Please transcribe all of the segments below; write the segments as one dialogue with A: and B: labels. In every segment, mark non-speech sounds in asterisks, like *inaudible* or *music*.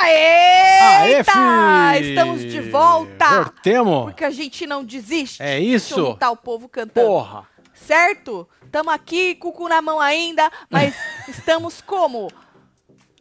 A: Aê,
B: Eita!
A: fi!
B: Estamos de volta!
A: Voltemos!
B: Porque a gente não desiste.
A: É isso?
B: Deixa eu imitar o povo cantando.
A: Porra!
B: Certo? Tamo aqui, cucu na mão ainda,
A: *laughs*
B: mas estamos como?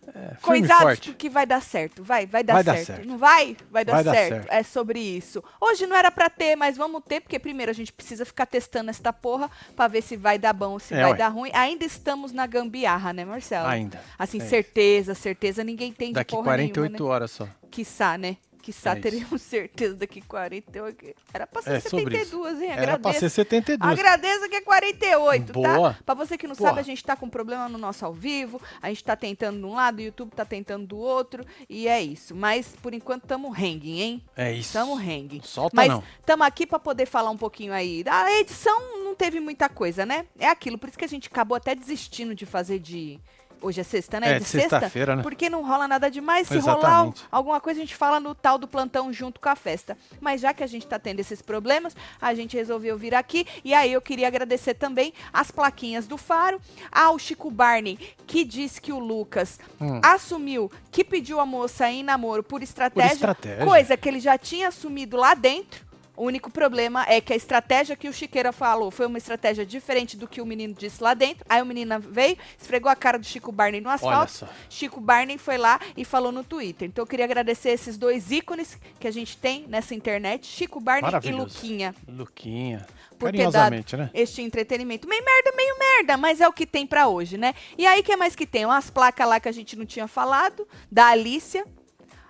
A: É, firme e
B: Coisados
A: forte.
B: porque vai dar certo. Vai, vai dar
A: Vai dar
B: certo.
A: certo.
B: Não vai? Vai dar
A: Vai dar
B: certo.
A: certo.
B: É sobre isso. Hoje não era pra ter, mas vamos ter, porque primeiro a gente precisa ficar testando esta porra pra ver se vai dar bom, se
A: É,
B: vai
A: ué.
B: dar ruim. Ainda estamos na gambiarra, né, Marcelo?
A: Ainda.
B: Assim,
A: É isso.
B: certeza, certeza, ninguém tem de
A: Daqui
B: porra
A: 48
B: nenhuma, né?
A: horas só.
B: Quiçá, né? Quiçá
A: É isso.
B: teremos *laughs* certeza daqui 48. Era pra ser
A: É, sobre isso.
B: 72, hein?
A: Era pra ser
B: Agradeço.
A: 72.
B: Agradeça que é 48,
A: Boa.
B: tá? Pra você que não
A: Porra.
B: sabe, a gente tá com problema no nosso ao vivo. A gente tá tentando de um lado, o YouTube tá tentando do outro. E é isso. Mas, por enquanto, tamo hanging, hein?
A: É isso.
B: Tamo hanging.
A: Não solta
B: Mas
A: não.
B: estamos aqui para poder falar um pouquinho aí. A edição não teve muita coisa, né? É aquilo, por isso que a gente acabou até desistindo de fazer de. Hoje é sexta, né?
A: É,
B: de
A: de
B: sexta.
A: sexta-feira, né?
B: Porque não rola nada demais. Se rolar
A: Exatamente.
B: alguma coisa, a gente fala no tal do plantão junto com a festa. Mas já que a gente está tendo esses problemas, a gente resolveu vir aqui. E aí eu queria agradecer também as plaquinhas do Faro, ao Chico Barney, que diz que o Lucas
A: Hum.
B: assumiu que pediu a moça em namoro por estratégia.
A: estratégia.
B: Coisa é que ele já tinha assumido lá dentro. O único problema é que a estratégia que o Chiqueira falou foi uma estratégia diferente do que o menino disse lá dentro. Aí o menino veio, esfregou a cara do Chico Barney no asfalto.
A: Olha só.
B: Chico Barney foi lá e falou no Twitter. Então eu queria agradecer esses dois ícones que a gente tem nessa internet, Chico Barney e
A: Maravilhoso.
B: Luquinha,
A: Luquinha.
B: Por ter
A: Carinhosamente, né?
B: este entretenimento. Meio merda, meio merda, mas é o que tem pra hoje, né? E aí, o que mais que tem? Umas placas lá que a gente não tinha falado, da Alicia.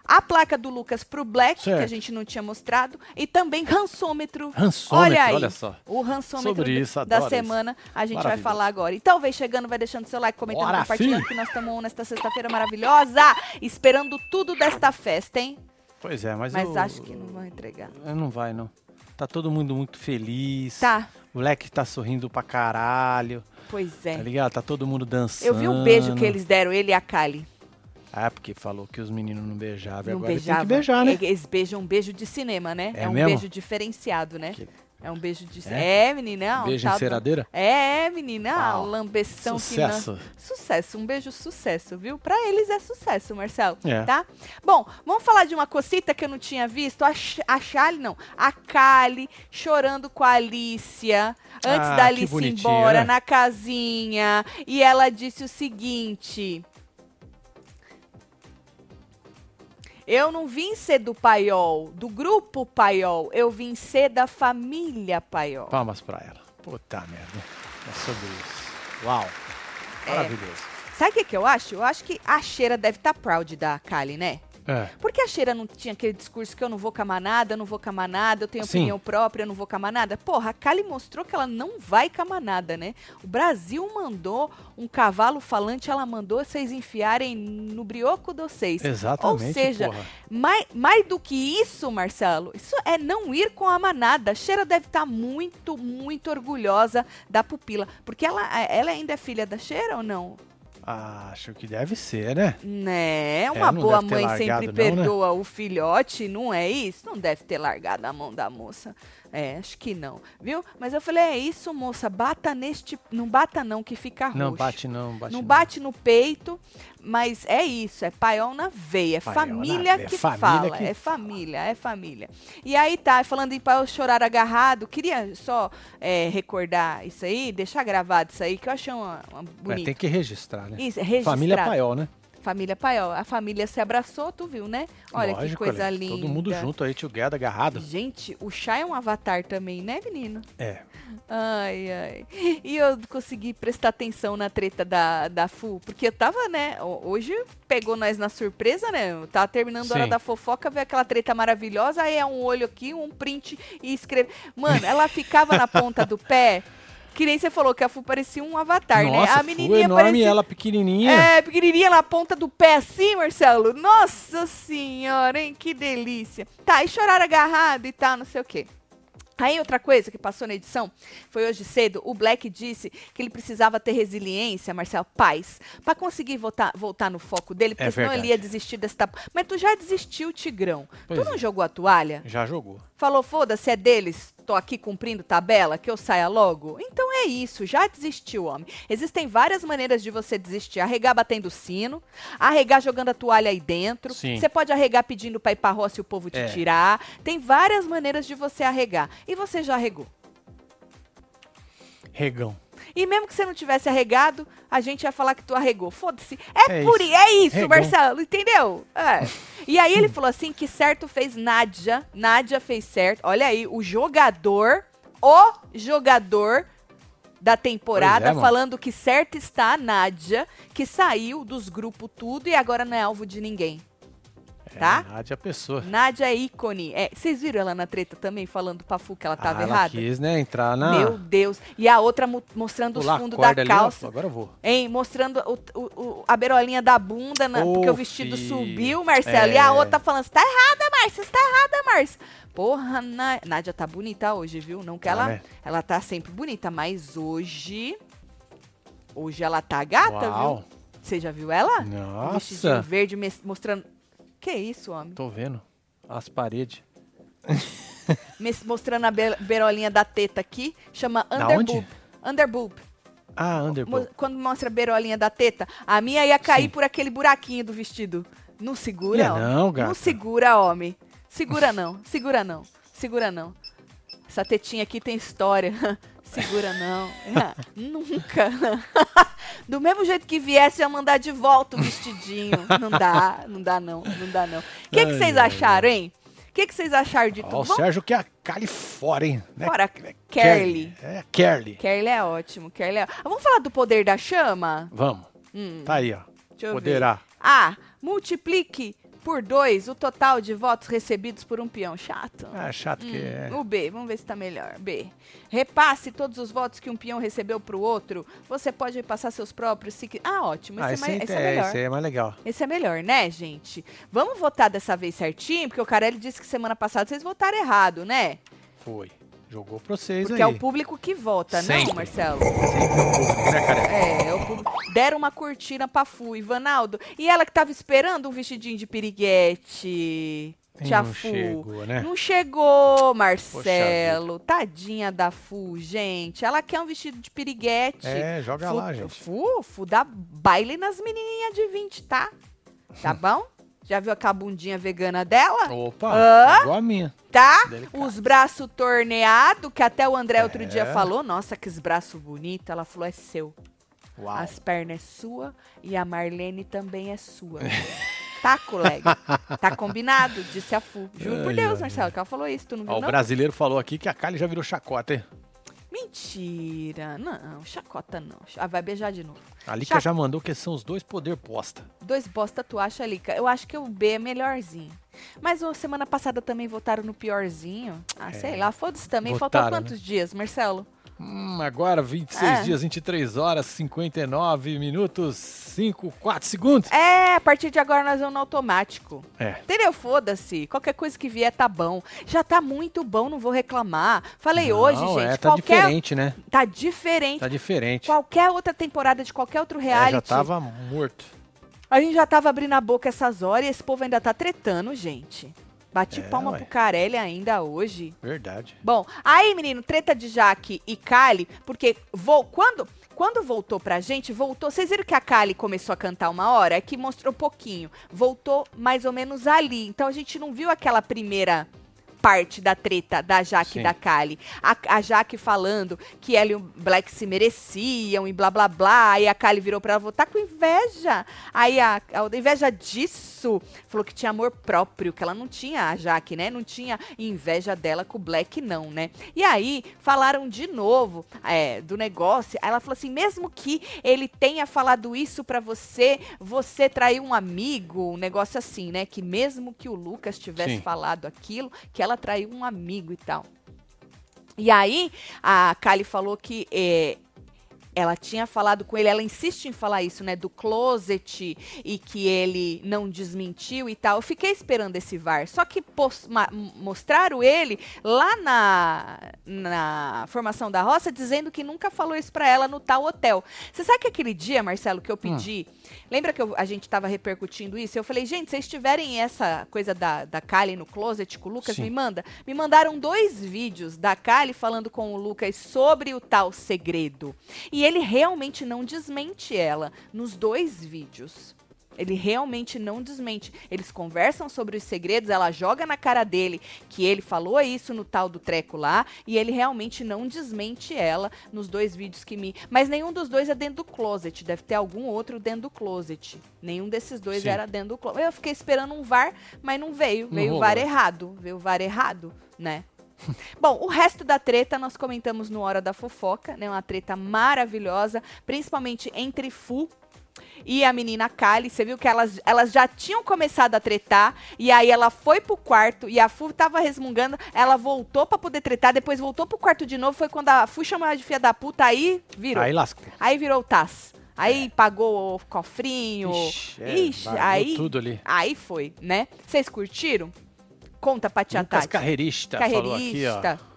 B: A placa do Lucas pro Black, que a
A: Certo.
B: gente não tinha mostrado. E também rançômetro.
A: Rançômetro,
B: olha aí.
A: olha só.
B: O rançômetro
A: Sobre isso,
B: da
A: adoro isso.
B: semana a gente vai
A: Maravilhoso.
B: falar agora. E talvez chegando, vai deixando seu like, comentando,
A: Bora,
B: compartilhando,
A: fi.
B: que nós estamos nesta sexta-feira maravilhosa, esperando tudo desta festa, hein?
A: Pois é, mas,
B: Mas
A: eu-
B: acho que não vão entregar.
A: Não vai, não. Tá todo mundo muito feliz.
B: Tá,
A: O moleque tá sorrindo pra caralho.
B: pois é.
A: Tá ligado? Tá todo mundo dançando.
B: Eu vi o beijo que eles deram, ele e a Kali.
A: Ah, porque falou que os meninos não beijavam. e
B: Não
A: Agora ele
B: beijava.
A: tem que beijar, né?
B: É, Eles beijam um beijo de cinema, né? É,
A: É
B: um
A: mesmo?
B: beijo diferenciado, né?
A: Que-
B: É um beijo de. É,
A: É?
B: menina.
A: Beijo
B: um
A: em
B: tapa-
A: ceradeira?
B: É, é, menina. Ah,
A: Uau.
B: lambeção que
A: Sucesso.
B: não. Sucesso, um beijo sucesso, viu? Pra eles é sucesso, Marcelo.
A: É.
B: Tá? Bom, vamos falar de uma cocita que eu não tinha visto. A, Ch a Charlie, não. A Kali chorando com a Alicia. Antes
A: Ah,
B: da
A: que
B: Alice ir
A: bonitinho,
B: embora,
A: né?
B: na casinha. E ela disse o seguinte. Eu não vim ser do paiol, do grupo paiol. Eu vim ser da família paiol.
A: Palmas pra ela. Puta merda. É sobre isso. Uau.
B: É.
A: Maravilhoso.
B: Sabe o que, que eu acho? Eu acho que a Cheira deve estar proud da Kali, né?
A: É.
B: Porque a Cheira não tinha aquele discurso que eu não vou camar nada, eu não vou camar nada, eu tenho
A: Sim.
B: opinião própria, eu não vou camar nada. Porra, a Kali mostrou que ela não vai camar nada, né? O Brasil mandou um cavalo falante, ela mandou vocês enfiarem no brioco de vocês.
A: Exatamente.
B: Ou seja,
A: porra.
B: Mais, mais do que isso, Marcelo, isso é não ir com a manada. A Cheira deve estar muito, muito orgulhosa da pupila. Porque ela, ela ainda é filha da Cheira ou não?
A: Acho que deve ser, né?
B: Né? Uma
A: não
B: boa
A: deve ter
B: mãe
A: largado,
B: sempre
A: não, né?
B: perdoa o filhote, não é isso? Não deve ter largado a mão da moça. É, acho que não, viu? Mas eu falei, é isso, moça, bata neste... Não bata não, que fica roxo.
A: Não bate, não bate.
B: Ah, Não bate no peito, mas é isso, é paiol na veia, é
A: Paiol na
B: família
A: veia,
B: que
A: família
B: fala,
A: que
B: é
A: fala.
B: família, é família. E aí tá, falando em paiol chorar agarrado, queria só é, recordar isso aí, deixar gravado isso aí, que eu achei uma, uma
A: É,
B: bonita.
A: tem que registrar, né?
B: Isso, é registrado.
A: Família Paiol, né?
B: Família Paiol. A família se abraçou, tu viu, né? Olha que
A: Lógico,
B: coisa
A: olha,
B: linda.
A: Todo mundo junto aí, tio Guedo, agarrado.
B: Gente, o chá é um avatar também, né, menino?
A: É.
B: Ai, ai. E eu consegui prestar atenção na treta da, da Fu, porque eu tava, né? ho- Hoje pegou nós na surpresa, né? Eu tava terminando a hora
A: Sim.
B: da fofoca, veio aquela treta maravilhosa, aí é um olho aqui, um print e escreve. Mano, ela ficava na ponta do pé, que nem você falou que a Fu parecia um avatar, né?
A: Nossa,
B: A
A: foi enorme
B: parecia
A: ela pequenininha.
B: é, pequenininha na ponta do pé assim, Marcelo. Nossa senhora, hein? Que delícia. Tá, e chorar agarrado e tal, não sei o quê. Aí outra coisa que passou na edição foi hoje cedo, o Black disse que ele precisava ter resiliência, Marcelo, paz, pra conseguir voltar, voltar no foco dele, porque
A: É
B: senão ele
A: verdade.
B: ia desistir desta... Mas tu já desistiu, Tigrão.
A: Pois
B: tu não
A: é.
B: jogou a toalha?
A: Já jogou.
B: Falou, foda-se, é deles. estou aqui cumprindo tabela, que eu saia logo? Então é isso, já desistiu, homem. Existem várias maneiras de você desistir. Arregar batendo sino, arregar jogando a toalha aí dentro.
A: Sim.
B: Você pode arregar pedindo pra ir pra roça e o povo te
A: É.
B: tirar. Tem várias maneiras de você arregar. E você já arregou.
A: Regão.
B: E mesmo que você não tivesse arregado, a gente ia falar que tu arregou. Foda-se. É,
A: É
B: por isso,
A: isso. Hum.
B: é isso,
A: Regou.
B: Marcelo, entendeu? É. E aí ele falou assim que certo fez Nádia, Nádia fez certo. Olha aí, o jogador, o jogador da temporada
A: Pois é, mano.
B: falando que certo está a Nádia, que saiu dos grupos tudo e agora não é alvo de ninguém. Tá?
A: É, Nádia pessoa.
B: Nádia é ícone. É, vocês viram ela na treta também falando pra Fu que ela tava
A: ah, Ela
B: errada?
A: quis, né, entrar na...
B: Meu Deus. E a outra mo- mostrando
A: pular
B: os
A: a
B: fundos da
A: corda ali, ó,
B: calça.
A: falou, Agora eu vou.
B: Hein, mostrando o- o- o- a berolinha da bunda, na- porque o
A: Ô,
B: vestido
A: fi.
B: subiu, Marcelo. E a
A: É.
B: outra falando, você tá errada, Márcia, você tá errada, Márcia. Porra, na... Nádia tá bonita hoje, viu? Não que
A: Tá,
B: ela...
A: né?
B: Ela tá sempre bonita, mas hoje... Hoje ela tá gata,
A: Uau.
B: viu? Você já viu ela? Um vestidinho
A: Nossa.
B: verde mes- mostrando... Que isso, homem?
A: Tô vendo. As paredes.
B: Mes- Mostrando a be- berolinha da teta aqui, chama
A: Da
B: underboob.
A: onde?
B: Underboob.
A: Ah,
B: Mo-
A: Underpool.
B: quando mostra a beirolinha da teta, a minha ia cair
A: Sim.
B: por aquele buraquinho do vestido. Não segura,
A: Ia
B: homem.
A: não, gata.
B: segura, homem. Segura não, segura não, segura não. Essa tetinha aqui tem história. *laughs* segura não. Ah, Nunca. *laughs* do mesmo jeito que viesse, ia mandar de volta o vestidinho. não dá, não dá não, não dá não. O que, que
A: Ai,
B: vocês
A: ai,
B: acharam, hein? O que, que vocês acharam de
A: Ó,
B: tudo?
A: o Sérgio que é a Califórnia, hein? Né?
B: Fora
A: É
B: Kerly.
A: É, Kerly.
B: Kerle é ótimo, Kerle é... Ah, Vamos falar do poder da chama?
A: Vamos.
B: Hum.
A: Tá aí, ó.
B: Deixa eu
A: Poderá.
B: ver. A. Multiplique por 2 o total de votos recebidos por um peão. Chato.
A: Ah, chato
B: Hum.
A: que é.
B: O B, vamos ver se tá melhor. B. Repasse todos os votos que um peão recebeu pro outro. Você pode repassar seus próprios se qui- Ah, ótimo.
A: Ah,
B: Esse, é, mais, esse é
A: é,
B: melhor.
A: esse aí é mais legal.
B: Esse é melhor, né, gente? Vamos votar dessa vez certinho, porque o Carelli disse que semana passada vocês votaram errado, né?
A: Foi. Jogou pra vocês
B: Porque é
A: aí.
B: o público que vota, não,
A: Sempre.
B: Marcelo?
A: Sempre o público, né, cara?
B: É, o público. Deram uma cortina pra Fu, Ivanaldo. E ela que tava esperando um vestidinho de piriguete.
A: E
B: Tia Fu.
A: não chegou, né?
B: Não chegou, Marcelo. Tadinha da Fu, gente. Ela quer um vestido de piriguete.
A: É, joga
B: Fu,
A: lá, gente.
B: Fu, Fu dá baile nas menininhas de 20, tá?
A: *laughs*
B: Tá bom? Já viu a bundinha vegana dela?
A: Opa,
B: Hã?
A: igual a minha.
B: Tá?
A: Delicado.
B: Os braços torneados, que até o André outro
A: É.
B: dia falou. Nossa, que braços bonitos. Ela falou, é seu.
A: Uau.
B: As pernas é sua e a Marlene também é sua. *laughs* tá, colega? Tá combinado? Disse a Fu. Juro por
A: Ai,
B: Deus,
A: ai,
B: Marcelo, que ela falou isso. Tu não
A: Ó,
B: viu,
A: o
B: não?
A: brasileiro falou aqui que a Kali já virou chacota, hein?
B: Mentira. Não, chacota não. Ah, vai beijar de novo.
A: A Lika
B: Chaco-
A: já mandou que são os dois poder bosta.
B: Dois bosta, tu acha, Lica? Eu acho que o B é melhorzinho. Mas ó, semana passada também votaram no piorzinho. Ah, sei lá, foda-se também. Faltou
A: É. Votaram, né?
B: quantos dias, Marcelo?
A: Hum, agora 26
B: É.
A: dias, 23 horas, 59 minutos, 5, 4 segundos.
B: É, a partir de agora nós vamos no automático.
A: É.
B: Entendeu? Foda-se. Qualquer coisa que vier tá bom. Já tá muito bom, não vou reclamar. Falei
A: Não,
B: hoje, gente.
A: É, tá
B: qualquer...
A: diferente, né?
B: Tá diferente.
A: Tá diferente.
B: Qualquer outra temporada de qualquer outro
A: É,
B: reality.
A: já tava morto.
B: A gente já tava abrindo a boca essas horas e esse povo ainda tá tretando, gente. Bati
A: É,
B: palma
A: ué.
B: pro Carelli ainda hoje.
A: Verdade.
B: Bom, aí, menino, treta de Jaque e Kali, porque vou, quando, quando voltou pra gente, voltou. Vocês viram que a Kali começou a cantar uma hora? É que mostrou pouquinho. Voltou mais ou menos ali. Então a gente não viu aquela primeira parte da treta da Jaque e
A: Sim.
B: da Kali. A, a Jaque falando que ela e o Black se mereciam e blá blá blá. Aí a Kali virou pra ela voltar com inveja. Aí a, a ao inveja disso falou que tinha amor próprio, que ela não tinha a Jaque, né? Não tinha inveja dela com o Black, não, né? E aí falaram de novo é, do negócio. Aí ela falou assim: mesmo que ele tenha falado isso pra você, você traiu um amigo, um negócio assim, né? Que mesmo que o Lucas tivesse
A: Sim.
B: falado aquilo, que ela traiu um amigo e tal. E aí, a Kali falou que é, ela tinha falado com ele, ela insiste em falar isso, né? Do closet e que ele não desmentiu e tal. Eu fiquei esperando esse VAR. Só que pos- ma- mostraram ele lá na, na formação da roça dizendo que nunca falou isso pra ela no tal hotel. Você sabe que aquele dia, Marcelo, que eu pedi Lembra que eu- a gente estava repercutindo isso? Eu falei, gente, se vocês tiverem essa coisa da, da Kylie no closet com o Lucas,
A: Sim.
B: me manda. Me mandaram dois vídeos da Kylie falando com o Lucas sobre o tal segredo. E ele realmente não desmente ela nos dois vídeos. Ele realmente não desmente. Eles conversam sobre os segredos, ela joga na cara dele que ele falou isso no tal do treco lá, e ele realmente não desmente ela nos dois vídeos que me. Mas nenhum dos dois é dentro do closet, deve ter algum outro dentro do closet. Nenhum desses dois
A: Sim.
B: era dentro do closet. Eu fiquei esperando um VAR, mas não veio.
A: Não
B: veio o
A: rolou,
B: VAR
A: né?
B: errado. Veio o VAR errado,
A: *laughs*
B: né? Bom, o resto da treta nós comentamos no Hora da Fofoca, né? Uma treta maravilhosa, principalmente entre Fu e a menina Kali. Você viu que elas, elas já tinham começado a tretar, e aí ela foi pro quarto, e a Fu tava resmungando, ela voltou pra poder tretar, depois voltou pro quarto de novo, foi quando a Fu chamou ela de filha da puta, aí virou.
A: Aí
B: Aí,
A: lascou.
B: virou o Taz. Aí pagou o cofrinho.
A: Ixi, é,
B: Ixi,
A: barulho
B: aí-
A: Tudo ali.
B: Aí foi, né? Vocês curtiram? Conta pra tia
A: Lucas
B: Tati.
A: Carreirista, Um falou aqui, ó.
B: Carreirista.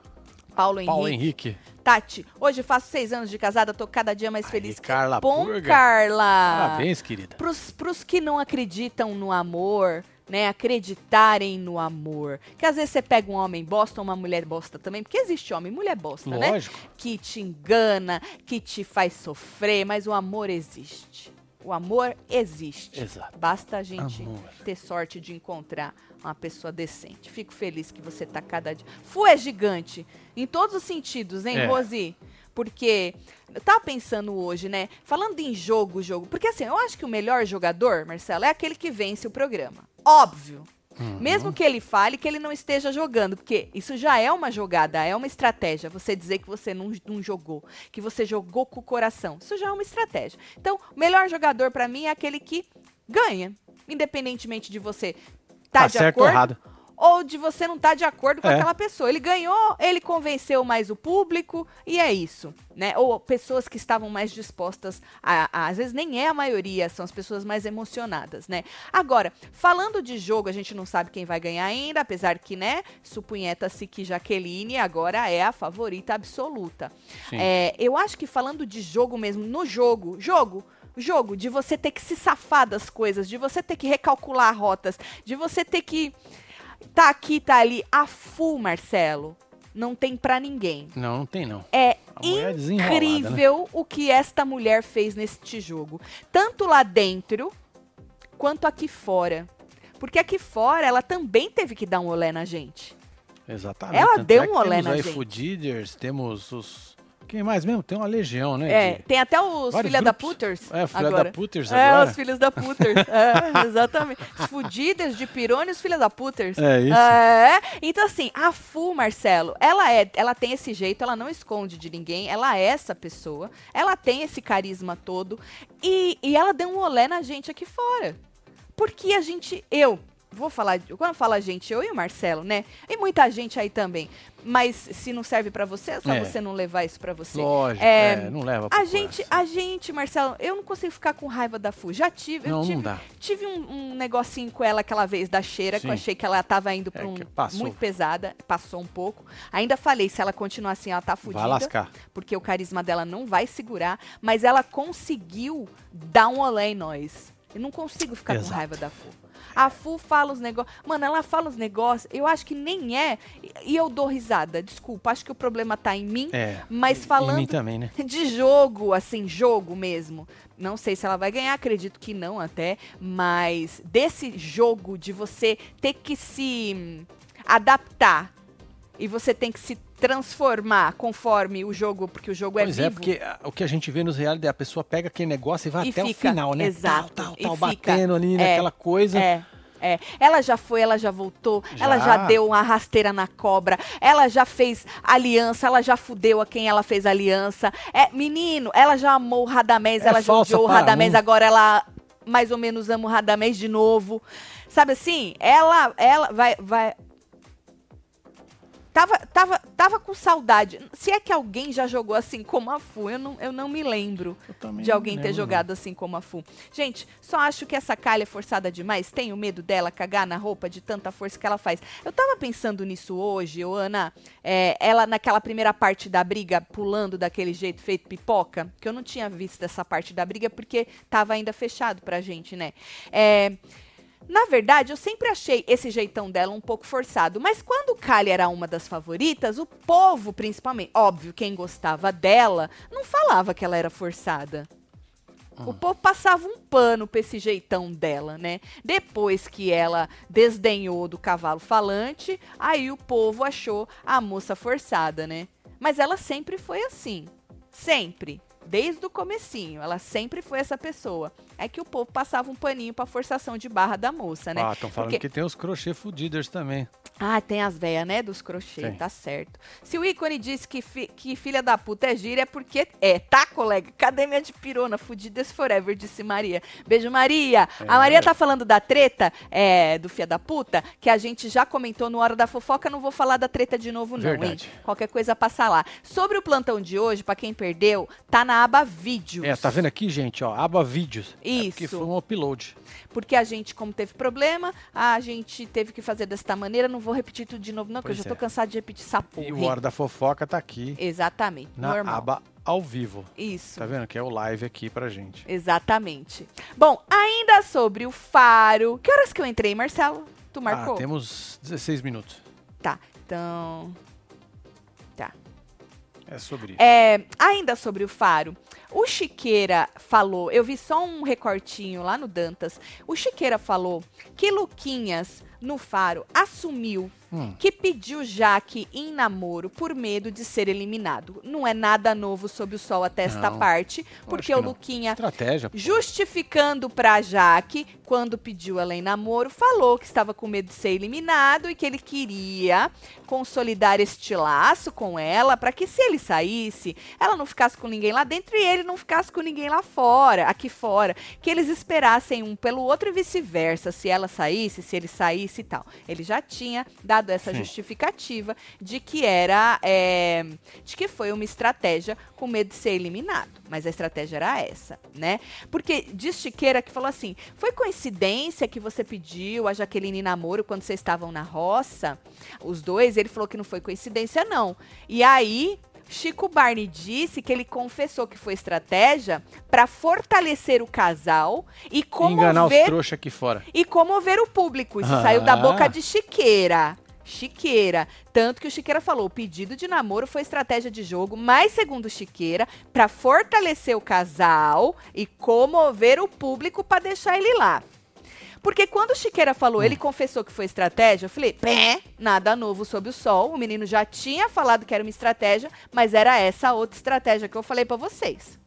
B: Paulo Henrique.
A: Paulo Henrique.
B: Tati, hoje faço seis anos de casada, tô cada dia mais
A: Aí,
B: feliz.
A: Carla
B: Bom,
A: Purga.
B: Carla!
A: Parabéns, querida.
B: Pros, pros que não acreditam no amor, né? Acreditarem no amor. Que às vezes você pega um homem bosta ou uma mulher bosta também, porque existe homem e mulher bosta, né?
A: Lógico.
B: Que te engana, que te faz sofrer, mas o amor existe. O amor existe.
A: Exato.
B: Basta a gente
A: Amor.
B: ter sorte de encontrar uma pessoa decente. Fico feliz que você tá cada dia. Fu é gigante. Em todos os sentidos, hein,
A: É.
B: Rose? Porque eu tava pensando hoje, né? Falando em jogo, jogo. Porque assim, eu acho que o melhor jogador, Marcelo, é aquele que vence o programa. Óbvio.
A: Uhum.
B: Mesmo que ele fale que ele não esteja jogando, porque isso já é uma jogada, é uma estratégia. Você dizer que você não, não jogou, que você jogou com o coração, isso já é uma estratégia. Então, o melhor jogador pra mim é aquele que ganha, independentemente de você tá,
A: tá
B: de
A: certo ou
B: acordo
A: errado.
B: ou de você não estar de acordo com
A: É.
B: aquela pessoa. Ele ganhou, ele convenceu mais o público e é isso, né? Ou pessoas que estavam mais dispostas a, a- às vezes nem é a maioria, são as pessoas mais emocionadas, né? Agora, falando de jogo, a gente não sabe quem vai ganhar ainda, apesar que, né, supunheta-se que Jaqueline agora é a favorita absoluta.
A: Sim.
B: É, eu acho que falando de jogo mesmo, no jogo, jogo, jogo, de você ter que se safar das coisas, de você ter que recalcular rotas, de você ter que tá aqui, tá ali, a full, Marcelo, não tem pra ninguém.
A: Não, não tem não.
B: É
A: A mulher é desenrolada, né?
B: incrível o que esta mulher fez neste jogo, tanto lá dentro quanto aqui fora. Porque aqui fora ela também teve que dar um olé na gente.
A: Exatamente.
B: Ela
A: Tanto
B: deu
A: é que
B: um olé
A: temos
B: na
A: aí
B: gente.
A: Fudiders, temos os... Quem mais mesmo? Tem uma legião, né?
B: É,
A: de-
B: tem até os
A: Vários
B: filha da
A: grupos.
B: puters
A: É, filha
B: agora.
A: da Puters
B: É,
A: agora.
B: os filhos da
A: *laughs*
B: Putters. é, exatamente. Os fudidas de pirone, os filhos da Putters.
A: É isso.
B: É. Então, assim, a Fu, Marcelo, ela é, ela tem esse jeito, ela não esconde de ninguém, ela é essa pessoa, ela tem esse carisma todo. E, e ela deu um olé na gente aqui fora. Porque a gente. Eu. Vou falar, quando fala a gente, eu e o Marcelo, né? E muita gente aí também. Mas se não serve pra você, é só
A: É.
B: você não levar isso pra você.
A: Lógico,
B: É,
A: é, não leva pro
B: A gente,
A: coração.
B: a gente, Marcelo, eu não consigo ficar com raiva da Fu. Já tive, eu
A: Não,
B: tive,
A: não dá.
B: tive um, um negocinho com ela aquela vez da cheira, que eu
A: Sim.
B: achei que ela tava indo pra
A: É
B: um
A: que passou.
B: muito pesada, passou um pouco. Ainda falei, se ela continuar assim, ela tá
A: Vai
B: fudida,
A: lascar.
B: porque o carisma dela não vai segurar, mas ela conseguiu dar um olé em nós. Eu não consigo ficar com
A: Exato.
B: raiva da Fu. A Fu fala os negócios. Mano, ela fala os negócios. Eu acho que nem é. e- E eu dou risada. Desculpa, acho que o problema tá em mim.
A: É.
B: Mas
A: Em
B: falando
A: mim também, né?
B: *laughs* de jogo, assim, jogo mesmo. Não sei se ela vai ganhar, acredito que não até, mas desse jogo de você ter que se hum, adaptar e você tem que se transformar conforme o jogo, porque o jogo
A: Pois
B: é vivo.
A: é, porque ah, o que a gente vê nos reality é a pessoa pega aquele negócio e vai
B: E
A: até
B: fica,
A: o final, né?
B: exato,
A: Tal, tal,
B: e
A: tal,
B: fica.
A: batendo ali naquela coisa.
B: É. É, ela já foi, ela já voltou, ela já
A: Já.
B: deu uma rasteira na cobra, ela já fez aliança, ela já fudeu a quem ela fez aliança. É, menino, ela já amou o Radamés,
A: É
B: ela já
A: falsa
B: odiou o
A: para
B: Radamés,
A: um.
B: agora ela mais ou menos ama o Radamés de novo. Sabe assim? Ela ela vai vai Tava, tava, tava com saudade. Se é que alguém já jogou assim como a Fu, eu não, eu não me lembro
A: Eu também
B: de
A: não
B: alguém ter
A: lembro, não.
B: jogado assim como a Fu. Gente, só acho que essa calha é forçada demais. Tenho medo dela cagar na roupa de tanta força que ela faz. Eu tava pensando nisso hoje, ô Ana. é, ela naquela primeira parte da briga, pulando daquele jeito, feito pipoca, que eu não tinha visto essa parte da briga, porque tava ainda fechado pra gente, né? É, na verdade, eu sempre achei esse jeitão dela um pouco forçado, mas quando Kali era uma das favoritas, o povo, principalmente, óbvio, quem gostava dela, não falava que ela era forçada. O povo passava um pano pra esse jeitão dela, né? Depois que ela desdenhou do cavalo falante, aí o povo achou a moça forçada, né? Mas ela sempre foi assim. Sempre. Desde o comecinho, ela sempre foi essa pessoa. É que o povo passava um paninho pra forçação de barra da moça, né?
A: Ah, estão falando
B: Porque-
A: que tem os crochê fudiders também.
B: Ah, tem as veias, né? Dos crochê,
A: Tem.
B: tá certo. Se o ícone disse que, fi- que filha da puta é gira, é porque é, tá, colega? Cadê minha de pirona? Fudidas forever, disse Maria. Beijo, Maria.
A: É.
B: A Maria tá falando da treta é, do filha da puta, que a gente já comentou no Hora da Fofoca, não vou falar da treta de novo não,
A: Verdade.
B: hein? Qualquer coisa passa lá. Sobre o plantão de hoje, pra quem perdeu, tá na aba vídeos.
A: É, tá vendo aqui, gente, ó, aba vídeos. É porque
B: Isso.
A: foi um upload.
B: Porque a gente, como teve problema, a gente teve que fazer desta maneira. Não vou repetir tudo de novo, não, porque eu
A: Pois
B: já
A: é.
B: tô cansado de repetir essa porra.
A: E
B: hein?
A: o Hora da Fofoca tá aqui
B: Exatamente.
A: na
B: normal.
A: aba ao vivo.
B: Isso.
A: Tá vendo? Que é o live aqui pra gente.
B: Exatamente. Bom, ainda sobre o faro. Que horas que eu entrei, Marcelo? Tu marcou?
A: Ah, temos 16 minutos.
B: Tá. Então.
A: É sobre isso.
B: É, ainda sobre o faro. O Chiqueira falou, eu vi só um recortinho lá no Dantas. O Chiqueira falou que Luquinhas no faro assumiu
A: Hum.
B: que pediu Jaque em namoro por medo de ser eliminado. Não é nada novo sob o sol até esta
A: Não.
B: parte, porque
A: que
B: o
A: não.
B: Luquinha
A: Estratégia. pô.
B: justificando pra Jaque, quando pediu ela em namoro, falou que estava com medo de ser eliminado e que ele queria consolidar este laço com ela pra que se ele saísse, ela não ficasse com ninguém lá dentro e ele não ficasse com ninguém lá fora, aqui fora, que eles esperassem um pelo outro e vice-versa, se ela saísse, se ele saísse e tal. Ele já tinha dado essa
A: Sim.
B: justificativa de que era é, de que foi uma estratégia com medo de ser eliminado, mas a estratégia era essa, né? Porque diz Chiqueira que falou assim: foi coincidência que você pediu a Jaqueline em namoro quando vocês estavam na roça? Os dois, ele falou que não foi coincidência, não. E aí, Chico Barney disse que ele confessou que foi estratégia para fortalecer o casal e
A: Enganar os
B: comover,
A: trouxa aqui fora.
B: e comover o público. Isso saiu da
A: Ah.
B: boca de Chiqueira. Chiqueira. Tanto que o Chiqueira falou: o pedido de namoro foi estratégia de jogo, mas, segundo Chiqueira, para fortalecer o casal e comover o público para deixar ele lá. Porque quando o Chiqueira falou,
A: Hum.
B: ele confessou que foi estratégia, eu falei, pé, nada novo sob o sol. O menino já tinha falado que era uma estratégia, mas era essa outra estratégia que eu falei pra vocês.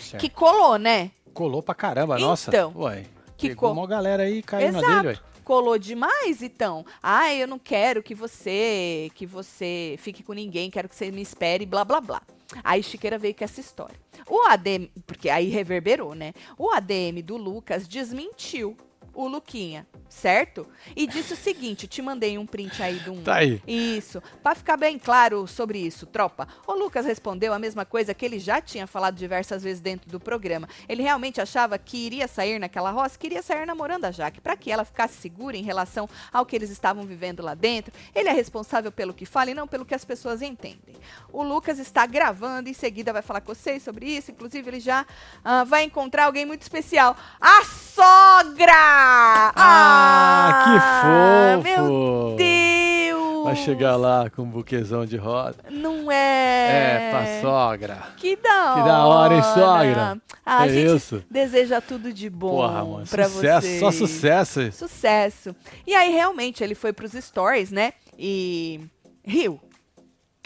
A: Certo.
B: Que colou, né?
A: Colou pra caramba, nossa.
B: Então,
A: Ué,
B: que
A: pegou
B: co-
A: uma galera aí e caiu na
B: Exato.
A: dele, ué.
B: colou demais, então. Ah, eu não quero que você que você fique com ninguém, quero que você me espere, blá blá blá. Aí Chiqueira veio com essa história. O ADM, porque aí reverberou, né? O ADM do Lucas desmentiu o Luquinha, certo? E disse o seguinte, te mandei um print aí de um
A: Tá aí.
B: isso. Pra ficar bem claro sobre isso, tropa, o Lucas respondeu a mesma coisa que ele já tinha falado diversas vezes dentro do programa. Ele realmente achava que iria sair naquela roça, queria sair namorando a Jaque, pra que ela ficasse segura em relação ao que eles estavam vivendo lá dentro. Ele é responsável pelo que fala e não pelo que as pessoas entendem. O Lucas está gravando, em seguida vai falar com vocês sobre isso. Inclusive, ele já ah, vai encontrar alguém muito especial. A sogra!
A: Ah, que
B: Meu
A: fofo!
B: Deus!
A: Vai chegar lá com um buquezão de roda.
B: Não
A: É,
B: é?
A: pra sogra.
B: Que da hora.
A: Que da hora, hein, sogra?
B: Ah, a
A: é
B: gente
A: isso.
B: deseja tudo de bom
A: Porra, mano.
B: pra
A: Sucesso,
B: vocês.
A: só sucesso.
B: Sucesso. E aí, realmente, ele foi pros stories, né? E riu.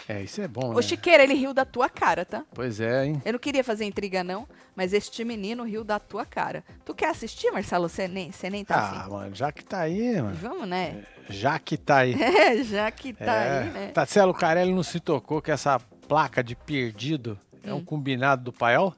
A: É, isso é bom, né?
B: Ô, Chiqueira, ele riu da tua cara, tá?
A: Pois é, hein?
B: Eu não queria fazer intriga, não, mas este menino riu da tua cara. Tu quer assistir, Marcelo? Você nem, você nem
A: Ah,
B: tá
A: mano, já que tá aí,
B: afim.
A: mano.
B: Vamos, né?
A: Já que tá aí.
B: É, *laughs* já que tá aí, né?
A: Tatselo Carelli não se tocou que essa placa de perdido é um combinado do paiol?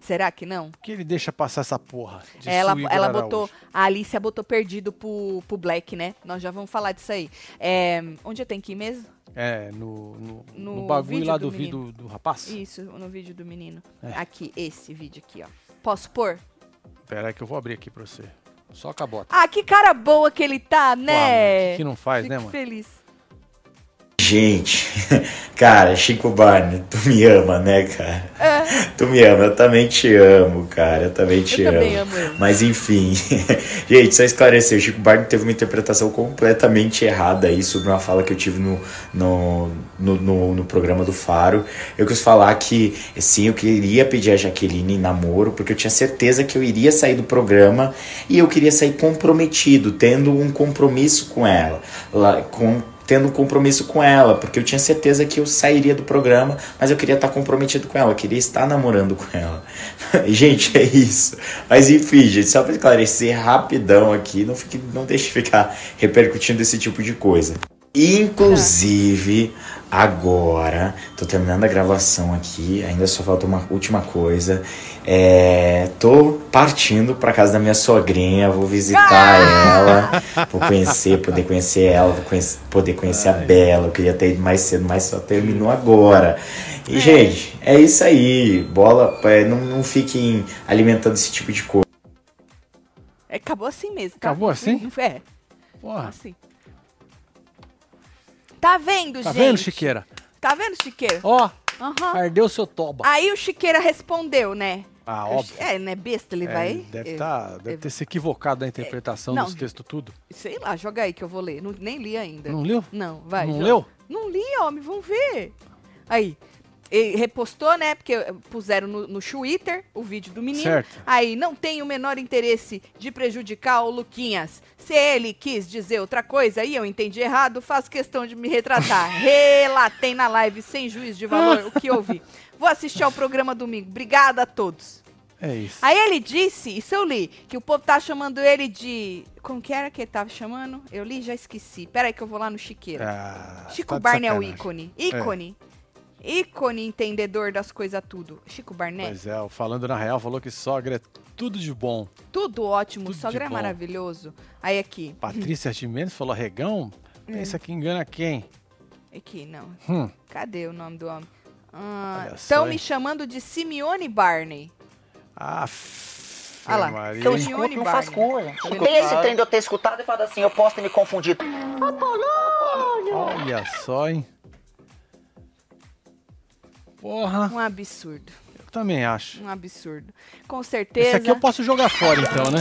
B: Será que não?
A: Por que ele deixa passar essa porra? de
B: É, Ela,
A: Sui
B: ela
A: Igor
B: botou.
A: Araújo?
B: A Alicia botou perdido pro, pro Black, né? Nós já vamos falar disso aí. É, onde eu tenho que ir mesmo?
A: É, no, no,
B: No
A: no bagulho
B: vídeo
A: lá
B: do
A: do vídeo
B: menino.
A: do, do rapaz?
B: Isso, no vídeo do menino.
A: É.
B: Aqui, esse vídeo aqui, ó. Posso pôr?
A: Pera aí que eu vou abrir aqui pra você. Só com a bota.
B: Ah, que cara boa que ele tá,
A: Pô, ah, mano,
B: né?
A: que, que não faz,
B: Fico
A: né, mano?
B: feliz.
C: Gente, *laughs* cara, Chico Barney, tu me ama, né, cara? Tu me ama, eu também te amo, cara, eu também
B: É.
C: te
B: Eu
C: amo.
B: também amo ele.
C: Mas enfim, *laughs* gente, só esclarecer, Chico Barney teve uma interpretação completamente errada aí sobre uma fala que eu tive no, no, no, no- no programa do Faro. Eu quis falar que, sim, eu queria pedir a Jaqueline em namoro, porque eu tinha certeza que eu iria sair do programa e eu queria sair comprometido, tendo um compromisso com ela. Lá- com, tendo um compromisso com ela, porque eu tinha certeza que eu sairia do programa, mas eu queria estar comprometido com ela, eu queria estar namorando com ela. *laughs* gente, é isso. Mas enfim, gente, só para esclarecer rapidão aqui, não fique, não deixe ficar repercutindo esse tipo de coisa. Inclusive, agora, tô terminando a gravação aqui, ainda só falta uma última coisa. É, tô partindo pra casa da minha sogrinha, vou visitar ela, vou conhecer, poder conhecer ela, vou conhece- poder conhecer a Bela. Eu queria ter ido mais cedo, mas só terminou agora. E, gente, é isso aí. Bola, é, não, não fiquem alimentando esse tipo de coisa.
B: É, acabou assim mesmo, tá?
A: Acabou assim?
B: Não foi- É,
A: Porra.
B: assim. Tá vendo,
A: Tá
B: gente?
A: vendo, Chiqueira?
B: Tá vendo, Chiqueira?
A: Ó,
B: Aham.
A: ardeu seu toba.
B: Aí o Chiqueira respondeu, né?
A: Ah,
B: Eu-
A: óbvio.
B: É, né? Besta, ele
A: É,
B: vai.
A: deve,
B: eu- É,
A: tá, deve ter se equivocado na interpretação
B: não.
A: dos textos tudo.
B: Sei lá, joga aí que eu vou ler. Não- nem li ainda.
A: Não leu?
B: Não, vai.
A: não
B: joga.
A: leu?
B: Não li, homem, vamos ver. Aí. e repostou, né? Porque puseram no, no Twitter o vídeo do menino.
A: Certo.
B: Aí, não tem o menor interesse de prejudicar o Luquinhas. Se ele quis dizer outra coisa e eu entendi errado, faço questão de me
A: *laughs*
B: retratar. Relatei na live, sem juiz de valor, o que
A: *laughs*
B: ouvi. Vou assistir ao programa domingo. Obrigada a todos.
A: É isso.
B: Aí ele disse, isso eu li, que o povo tá chamando ele de... Como que era que ele tava chamando? Eu li e já esqueci. Peraí que eu vou lá no chiqueiro.
A: Ah,
B: Chico
A: tá de
B: Barney é o
A: sacanagem. É.
B: ícone. Ícone. Ícone entendedor das coisas tudo. Chico Barney,
A: Pois é, o falando na real, falou que sogra é tudo de bom.
B: tudo ótimo,
A: Tudo
B: sogra
A: de
B: é
A: bom.
B: maravilhoso. Aí aqui,
A: Patrícia Jimenez falou regão?
B: Hum.
A: Pensa que engana quem?
B: aqui, não.
A: Hum.
B: Cadê o nome do homem?
A: Olha só,
B: Estão
A: hein?
B: me chamando de Simeone Barney.
A: Ah, f...
B: Olha Ah lá, é
A: Maria.
B: são
D: Eu
B: Sim.
D: escuto, não faz
B: Barney.
D: coisa.
B: Tá
D: E
B: vendo?
D: tem esse trem de eu ter escutado e falado assim, eu posso ter me confundido.
A: Olha só, hein? Porra,
B: Um absurdo.
A: eu também acho.
B: Um absurdo. Com
A: Esse
B: certeza.
A: aqui é eu posso jogar fora, então, né?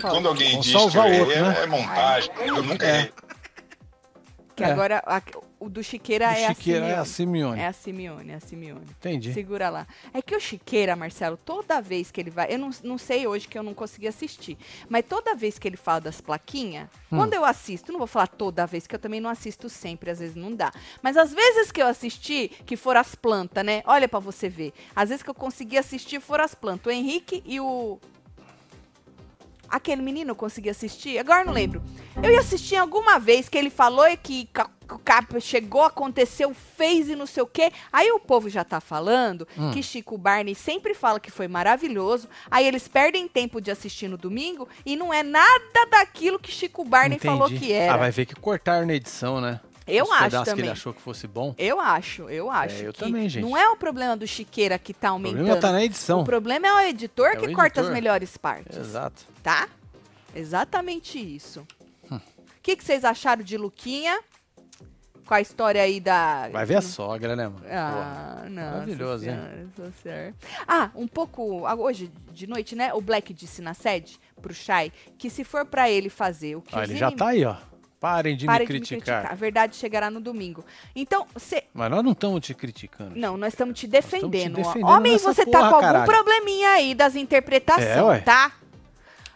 E: Quando alguém
A: Vamos
E: diz
A: só
E: que eu
A: usar
E: errei,
A: outro, né?
E: é montagem. Eu nunca
A: É.
E: errei.
B: que
A: é.
B: agora a- o do Chiqueira,
A: O
B: é,
A: Chiqueira é
B: a
A: a
B: Simeone.
A: Simeone.
B: É a Simeone, é a Simeone.
A: Entendi.
B: Segura lá. É que o Chiqueira, Marcelo, toda vez que ele vai. Eu não, não sei hoje que eu não consegui assistir. Mas toda vez que ele fala das plaquinhas, quando eu assisto, não vou falar toda vez, que eu também não assisto sempre, às vezes não dá. Mas às vezes que eu assisti, que foram as plantas, né? Olha pra você ver. Às vezes que eu consegui assistir, foram as plantas. O Henrique e o. Aquele menino eu consegui assistir, agora eu não lembro. Eu ia assistir alguma vez que ele falou que ca- que o Capa chegou, aconteceu, fez e não sei o quê. Aí o povo já tá falando
A: Hum.
B: que Chico Barney sempre fala que foi maravilhoso. Aí eles perdem tempo de assistir no domingo e não é nada daquilo que Chico Barney
A: Entendi.
B: falou que era.
A: Ah, vai ver que cortaram na edição, né?
B: Eu
A: Os
B: acho
A: pedaços que
B: também.
A: ele achou que fosse bom.
B: Eu acho, eu acho.
A: eu
B: que
A: também, gente.
B: Não é o problema do Chiqueira que tá
A: O
B: aumentando.
A: problema tá na edição.
B: O problema é o editor
A: É
B: que
A: o
B: corta as
A: editor.
B: melhores partes.
A: Exato.
B: Tá? Exatamente isso.
A: Hum.
B: O que, que vocês acharam de Luquinha? Com a história aí da.
A: Vai ver a sogra, né, mano?
B: Ah, não.
A: Maravilhoso, hein?
B: Ah, um pouco. ah, Hoje de noite, né? O Black disse na sede pro Shai que se for pra ele fazer o que
A: Ó,
B: os
A: ele já
B: inimigos-
A: tá aí, ó. Parem de,
B: Parem
A: me, criticar.
B: A verdade chegará no domingo. Então, você.
A: Mas nós não estamos te criticando.
B: Não, nós estamos te
A: estamos te
B: defendendo. ó.
A: defendendo
B: Homem,
A: nessa
B: você tá
A: porra,
B: com algum
A: caralho.
B: probleminha aí das
A: É,
B: interpretações,
A: ué.
B: tá?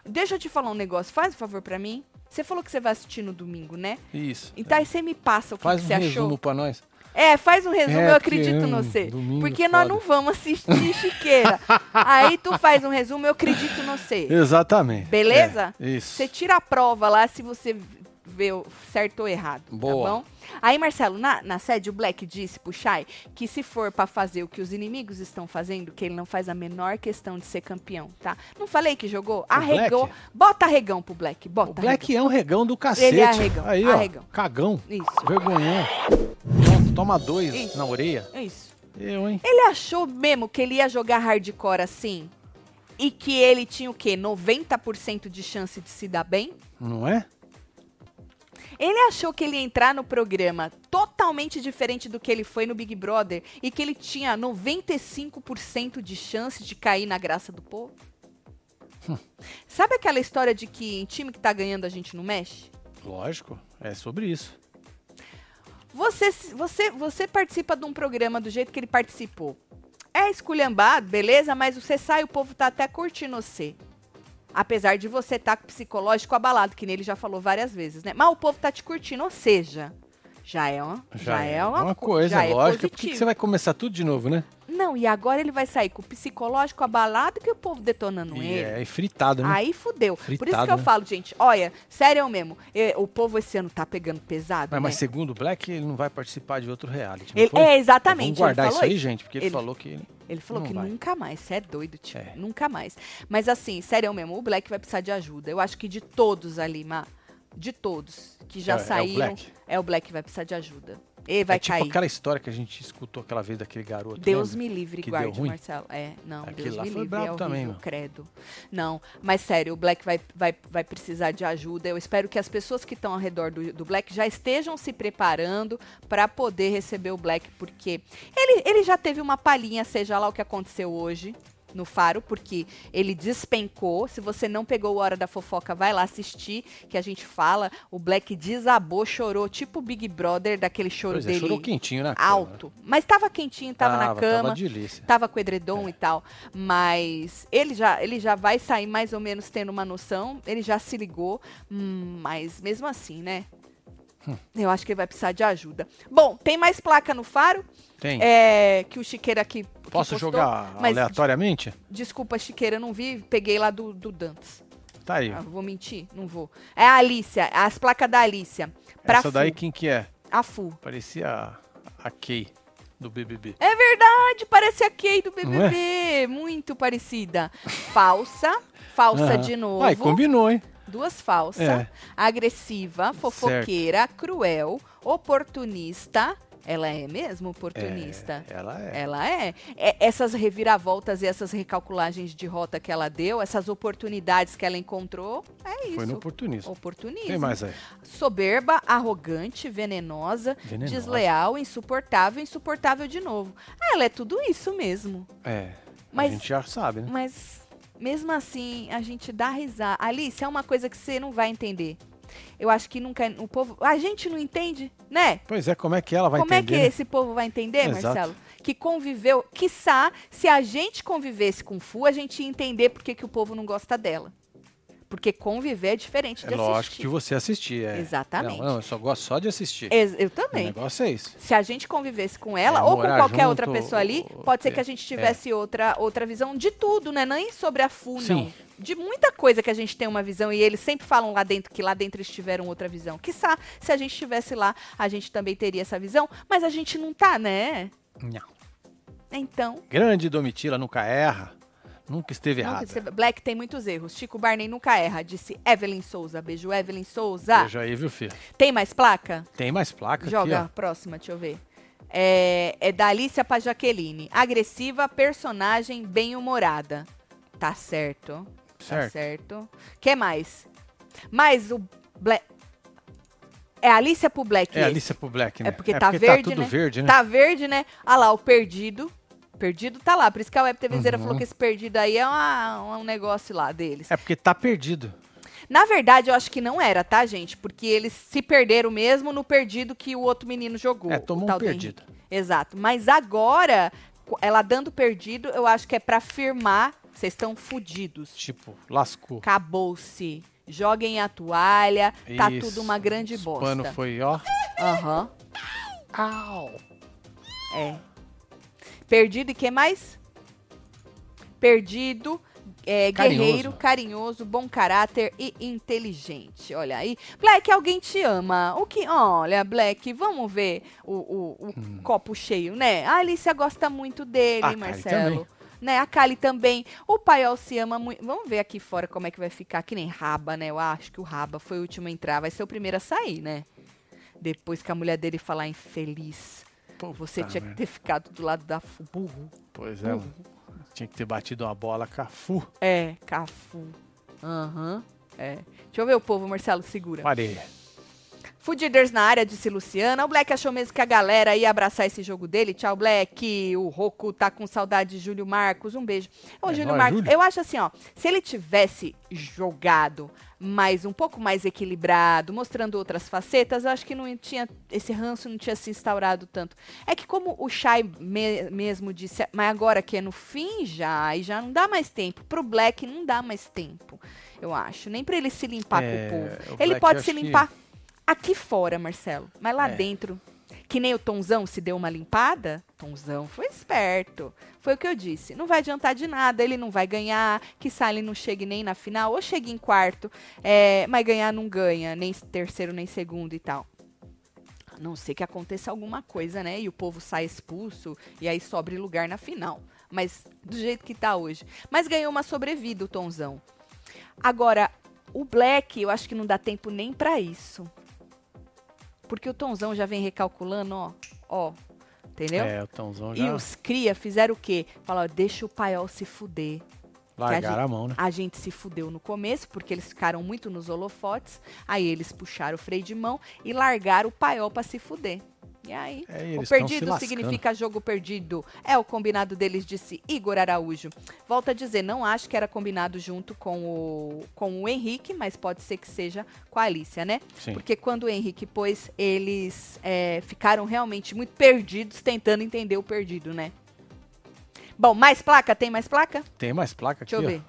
B: Deixa eu te falar um negócio. Faz um favor pra mim. Você falou que você vai assistir no domingo, né?
A: Isso.
B: Então aí você me passa o que,
A: Faz
B: que
A: um
B: você achou.
A: resumo pra nós.
B: É, faz um resumo,
A: É,
B: eu
A: porque,
B: acredito
A: hum,
B: no você.
A: domingo
B: Porque
A: é
B: nós
A: foda.
B: não vamos assistir
A: *laughs*
B: Chiqueira. Aí tu faz um resumo, eu acredito no você.
A: Exatamente.
B: Beleza?
A: É, isso.
B: Você tira a prova lá se você ver o certo ou errado,
F: Boa.
B: tá bom? Aí, Marcelo, na, na sede, o Black disse pro Shai que se for pra fazer o que os inimigos estão fazendo, que ele não faz a menor questão de ser campeão, tá? Não falei que jogou? Arregou.
A: Black?
B: Bota arregão pro Black, bota
A: O Black é um regão do cacete.
B: Ele é arregão,
A: Aí, ó.
B: arregão.
A: Cagão.
B: arregão. Isso,
A: Vergonhão. Pronto, toma dois
B: Isso.
A: na orelha.
B: isso.
A: Eu, hein?
B: Ele achou mesmo que ele ia jogar hardcore assim? E que ele tinha o quê? 90% de chance de se dar bem?
A: Não é?
B: Ele achou que ele ia entrar no programa totalmente diferente do que ele foi no Big Brother e que ele tinha 95% de chance de cair na graça do povo? Sabe aquela história de que em time que tá ganhando a gente não mexe?
A: Lógico. É sobre isso.
B: Você, se- você, você participa de um programa do jeito que ele participou. É esculhambado, beleza, mas você sai, o povo tá até curtindo você. Apesar de você estar com o psicológico abalado, que nele já falou várias vezes, né? Mas o povo tá te curtindo, ou seja, já é uma, já é uma,
A: uma
B: co-
A: coisa,
B: já é
A: lógico. porque que
B: positivo.
A: você vai começar tudo de novo, né?
B: Não, e agora ele vai sair com o psicológico abalado que o povo detonando
A: e
B: ele.
A: é fritado, né?
B: Aí fudeu. Por isso
A: Fritado,
B: que eu
A: né?
B: falo, gente, olha, sério mesmo, eh, o povo esse ano tá pegando pesado,
A: mas, mas
B: né?
A: segundo o Black, ele não vai participar de outro reality. não
B: Ele-
A: foi?
B: é,
A: Então
B: exatamente.
A: Vamos guardar
B: ele
A: isso
B: falou
A: aí, gente, porque ele,
B: Ele-
A: falou que ele.
B: Ele falou
A: Não
B: que
A: vai.
B: nunca mais, você é doido, tio.
A: É.
B: Nunca mais. Mas assim, sério mesmo, o Black vai precisar de ajuda. Eu acho que de todos ali, Ma, de todos que já
A: É- é o
B: saíram, é o,
A: Black?
B: Black que vai precisar de ajuda. Ele vai
A: é tipo
B: cair.
A: aquela história que a gente escutou aquela vez daquele garoto.
B: Deus
A: lembra?
B: me livre,
A: Que deu
B: guarde,
A: ruim?
B: Marcelo. É, não,
A: Aquele
B: Deus
A: lá
B: me
A: foi
B: livre,
A: brabo
B: é
A: também,
B: horrível,
A: meu.
B: credo. Não, mas sério, o Black vai, vai, vai precisar de ajuda. Eu espero que as pessoas que estão ao redor do, do Black já estejam se preparando para poder receber o Black, porque ele, ele já teve uma palhinha, seja lá o que aconteceu hoje. No Faro, porque ele despencou. Se você não pegou o Hora da Fofoca, vai lá assistir, que a gente fala. O Black desabou, chorou, tipo o Big Brother, daquele choro
A: Pois é,
B: dele
A: chorou quentinho na cama.
B: alto. Mas tava quentinho, tava, na cama, Tá,
A: Tava É.
B: tava,
A: delícia.
B: com edredom e tal. Mas ele já, ele já vai sair mais ou menos tendo uma noção, ele já se ligou, hum, mas mesmo assim, né?
A: Hum.
B: Eu acho que ele vai precisar de ajuda. Bom, tem mais placa no faro
A: Tem.
B: é, que o Chiqueira aqui. que
A: Posso
B: postou,
A: jogar
B: mas
A: aleatoriamente?
B: Desculpa, Chiqueira, não vi, peguei lá do, do Dantas.
A: Tá aí.
B: Ah, vou mentir? Não vou. É a Alicia, as placas da Alicia. Pra
A: Essa
B: Fu,
A: daí quem que é?
B: a Fu.
A: Parecia a, a Kay do BBB.
B: É verdade, parece a Kay do
A: Não é?
B: BBB, muito parecida. Falsa, falsa
A: Aham.
B: de novo,
A: Ai, combinou, hein?
B: duas falsas,
A: É.
B: agressiva, fofoqueira, cruel, oportunista. Ela é mesmo oportunista?
A: Ela é.
B: Ela é. É, Essas reviravoltas e essas recalculagens de rota que ela deu, essas oportunidades que ela encontrou, é isso.
A: Foi no oportunismo.
B: Oportunismo.
A: Tem mais aí.
B: Soberba, arrogante, venenosa,
A: Venenosa.
B: desleal, insuportável, insuportável de novo. Ah, Ela é tudo isso mesmo.
A: É.
B: Mas- Hum.
A: A gente já sabe, né?
B: Mas mesmo assim, a gente dá risada. Alice, é uma coisa que você não vai entender. Eu acho que nunca é o povo, a gente não entende, né?
A: Pois é, como é que ela vai
B: Como
A: entender?
B: é que
A: né?
B: esse povo vai entender,
A: Exato.
B: Marcelo? Que conviveu, quiçá, se a gente convivesse com Fu, a gente ia entender por que, que o povo não gosta dela. Porque conviver é diferente de
A: É lógico
B: assistir.
A: que você assistir. É.
B: Exatamente.
A: Não, não, eu só gosto só de assistir.
B: Ex- Eu
A: O
B: também.
A: negócio é isso.
B: se a gente convivesse com ela
A: É,
B: ou com
A: morar
B: qualquer
A: junto,
B: outra pessoa ali,
A: ou-
B: pode ser
A: é,
B: que a gente tivesse outra, outra visão de tudo, né? Nem sobre a FU, não.
A: Sim.
B: De muita coisa que a gente tem uma visão e eles sempre falam lá dentro que lá dentro eles tiveram outra visão. Que se a gente estivesse lá, a gente também teria essa visão, mas a gente não tá, né?
A: Não.
B: Então,
A: Grande Domitila nunca erra. Nunca esteve
B: não,
A: errada.
B: você- Black tem muitos erros. Chico Barney nunca erra, disse Evelyn Souza. Beijo, Evelyn Souza.
A: Veja aí, viu, filho?
B: Tem mais placa?
A: Tem mais placa
B: Joga a
A: aqui,
B: próxima, deixa eu ver. É, é da Alicia pra Jaqueline. Agressiva, personagem bem-humorada. Tá certo.
A: ó.
B: Tá
A: Certo?
B: certo. que mais? Mais o Black. É a Alicia pro Black.
A: É a
B: esse.
A: Alicia pro Black, né?
B: É porque tá verde,
A: tá tudo
B: né?
A: verde, né?
B: Tá verde, né? Ah lá, o perdido. Perdido tá lá. Por isso que a Web TVzeira
A: Uhum.
B: falou que esse perdido aí é uma- um negócio lá deles.
A: É porque tá perdido.
B: Na verdade, eu acho que não era, tá, gente? Porque eles se perderam mesmo no perdido que o outro menino jogou.
A: É,
B: o
A: tomou
B: tal
A: um
B: do
A: perdido.
B: Exato. Mas agora, co- ela dando perdido, eu acho que é pra afirmar. Vocês estão fudidos.
A: Tipo, lascou.
B: Acabou-se. Joguem a toalha. Tá
A: Isso.
B: tudo uma grande
A: Os
B: bosta.
A: pano foi, ó.
B: Aham. É. Perdido e que mais? Perdido. é,
F: Carinhoso.
B: guerreiro, carinhoso, bom caráter e inteligente. Olha aí. Black, alguém te ama. O que. Olha, Black, vamos ver o, o- o copo cheio, né? A Alicia gosta muito dele,
A: A Kali
B: Marcelo.
A: também.
B: Né? A Kali também. O Paiol se ama muito. Vamos ver aqui fora como é que vai ficar. Que nem Raba, né? Eu acho que o Raba foi o último a entrar. Vai ser o primeiro a sair, né? Depois que a mulher dele falar infeliz.
A: Puta
B: Você tinha Uhum. que
A: merda.
B: ter ficado do lado da fu- burro.
A: Pois é, mano. tinha que ter batido uma bola Cafu.
B: É, Cafu. Aham. É. Deixa eu ver o povo, Marcelo, segura.
A: Parei.
B: Fudiders na área, disse Luciana. O Black achou mesmo que a galera ia abraçar esse jogo dele. Tchau, Black. O Roku tá com saudade de Júlio Marcos. Um beijo. Ô,
A: É
B: Júlio
A: nóis,
B: Marcos,
A: Júlio.
B: eu acho assim, ó. Se ele tivesse jogado mais, um pouco mais equilibrado, mostrando outras facetas, eu acho que não tinha, esse ranço não tinha se instaurado tanto. É que como o Shai me- mesmo disse, mas agora que é no fim já, e já não dá mais tempo. Pro Black não dá mais tempo, eu acho. Nem pra ele se limpar com o
A: É,
B: povo.
A: o
B: Ele
A: Black, eu
B: pode
A: acho
B: se
A: que-
B: limpar aqui fora, Marcelo, mas lá
A: É.
B: dentro. Que nem o Tonzão se deu uma limpada, Tonzão foi esperto. Foi o que eu disse. Não vai adiantar de nada, ele não vai ganhar, que ele não chegue nem na final, ou chegue em quarto, é, mas ganhar não ganha, nem terceiro, nem segundo e tal. A não ser que aconteça alguma coisa, né? E o povo sai expulso e aí sobre lugar na final. Mas do jeito que tá hoje. Mas ganhou uma sobrevida o Tonzão. Agora, o Black, eu acho que não dá tempo nem pra isso. Porque o Tonzão já vem recalculando, ó, ó, entendeu?
A: É, o Tãozão
B: E
A: já
B: os cria fizeram o quê? Falaram, deixa o paiol se fuder.
A: largaram a mão, né?
B: A gente se fudeu no começo, porque eles ficaram muito nos holofotes. Aí eles puxaram o freio de mão e largaram o paiol pra se fuder. E aí? O
A: É, eles tão se
B: perdido
A: lascando.
B: significa jogo perdido. É o combinado deles, disse Igor Araújo. Volta a dizer, não acho que era combinado junto com o, com o Henrique, mas pode ser que seja com a Alicia, né?
A: Sim.
B: Porque quando o Henrique pôs, eles é, ficaram realmente muito perdidos, tentando entender o perdido, né? Bom, mais placa? Tem mais placa?
A: Tem mais placa aqui,
B: Deixa eu ver.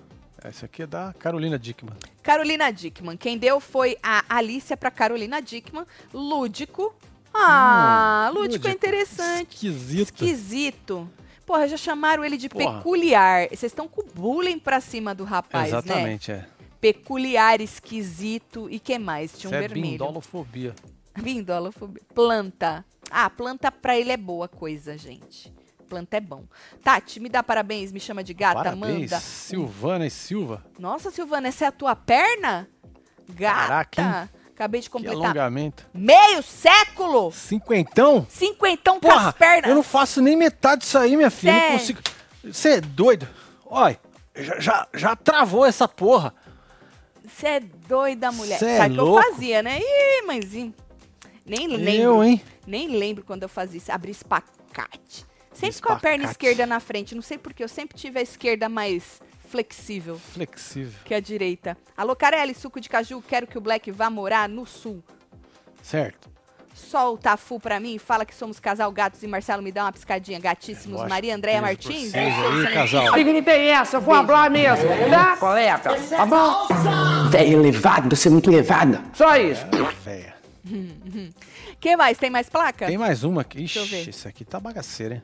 A: ó. Essa aqui é da Carolina Dickman.
B: Carolina Dickman. Quem deu foi a Alicia pra Carolina Dickman. Lúdico. Ah, lúdico, é
A: Hum, lúdico.
B: interessante.
A: Esquisito.
B: Esquisito. Porra, já chamaram ele de
A: Porra.
B: peculiar. Vocês estão com bullying pra cima do rapaz, né?
A: Exatamente, é.
B: Peculiar, esquisito e que mais? Tinha um
A: Isso é
B: vermelho. *laughs*
A: bindolofobia.
B: Vindolofobia. Planta. Ah, planta pra ele é boa coisa, gente. Planta é bom. Tati, me dá parabéns, me chama de gata,
A: Parabéns,
B: manda.
A: Silvana e Silva.
B: Nossa, Silvana, essa é a tua perna? Gata!
A: Caraca, hein?
B: Acabei de
A: Que
B: completar.
A: alongamento.
B: Meio século!
A: Cinquentão?
B: Cinquentão com
A: Porra,
B: as pernas!
A: eu não faço nem metade disso aí, minha filha.
B: Cê-
A: Não consigo. Você é doido? Olha, já, já, já travou essa porra.
B: Você é doida, mulher.
A: Cê é
B: Sabe o que eu
A: louco?
B: fazia, né? Ih, mãezinho. Nem lembro.
A: Eu, hein?
B: Nem lembro quando eu fazia isso. Abri espacate. Sempre com a perna
A: Espacate.
B: esquerda na frente. Não sei porque eu sempre tive a esquerda mais flexível
A: Flexível.
B: que a direita. Alô, Carelli, suco de caju, quero que o Black vá morar no sul.
A: Certo.
B: Solta o Tafu pra mim, fala que somos casal gatos e Marcelo me dá uma piscadinha. Gatíssimos,
A: É, Eu acho
B: Maria
A: que
B: Andréia
A: beijo
B: Martins.
A: pra vocês aí, casal.
G: Dignidade é essa, eu vou falar mesmo, tá? Colega, tá bom?
H: É elevado, você é muito elevado.
G: Só isso.
A: Véia.
B: que mais? Tem mais placa?
A: Tem mais uma aqui.
B: Deixa eu ver.
A: Ixi, isso aqui tá bagaceiro, hein?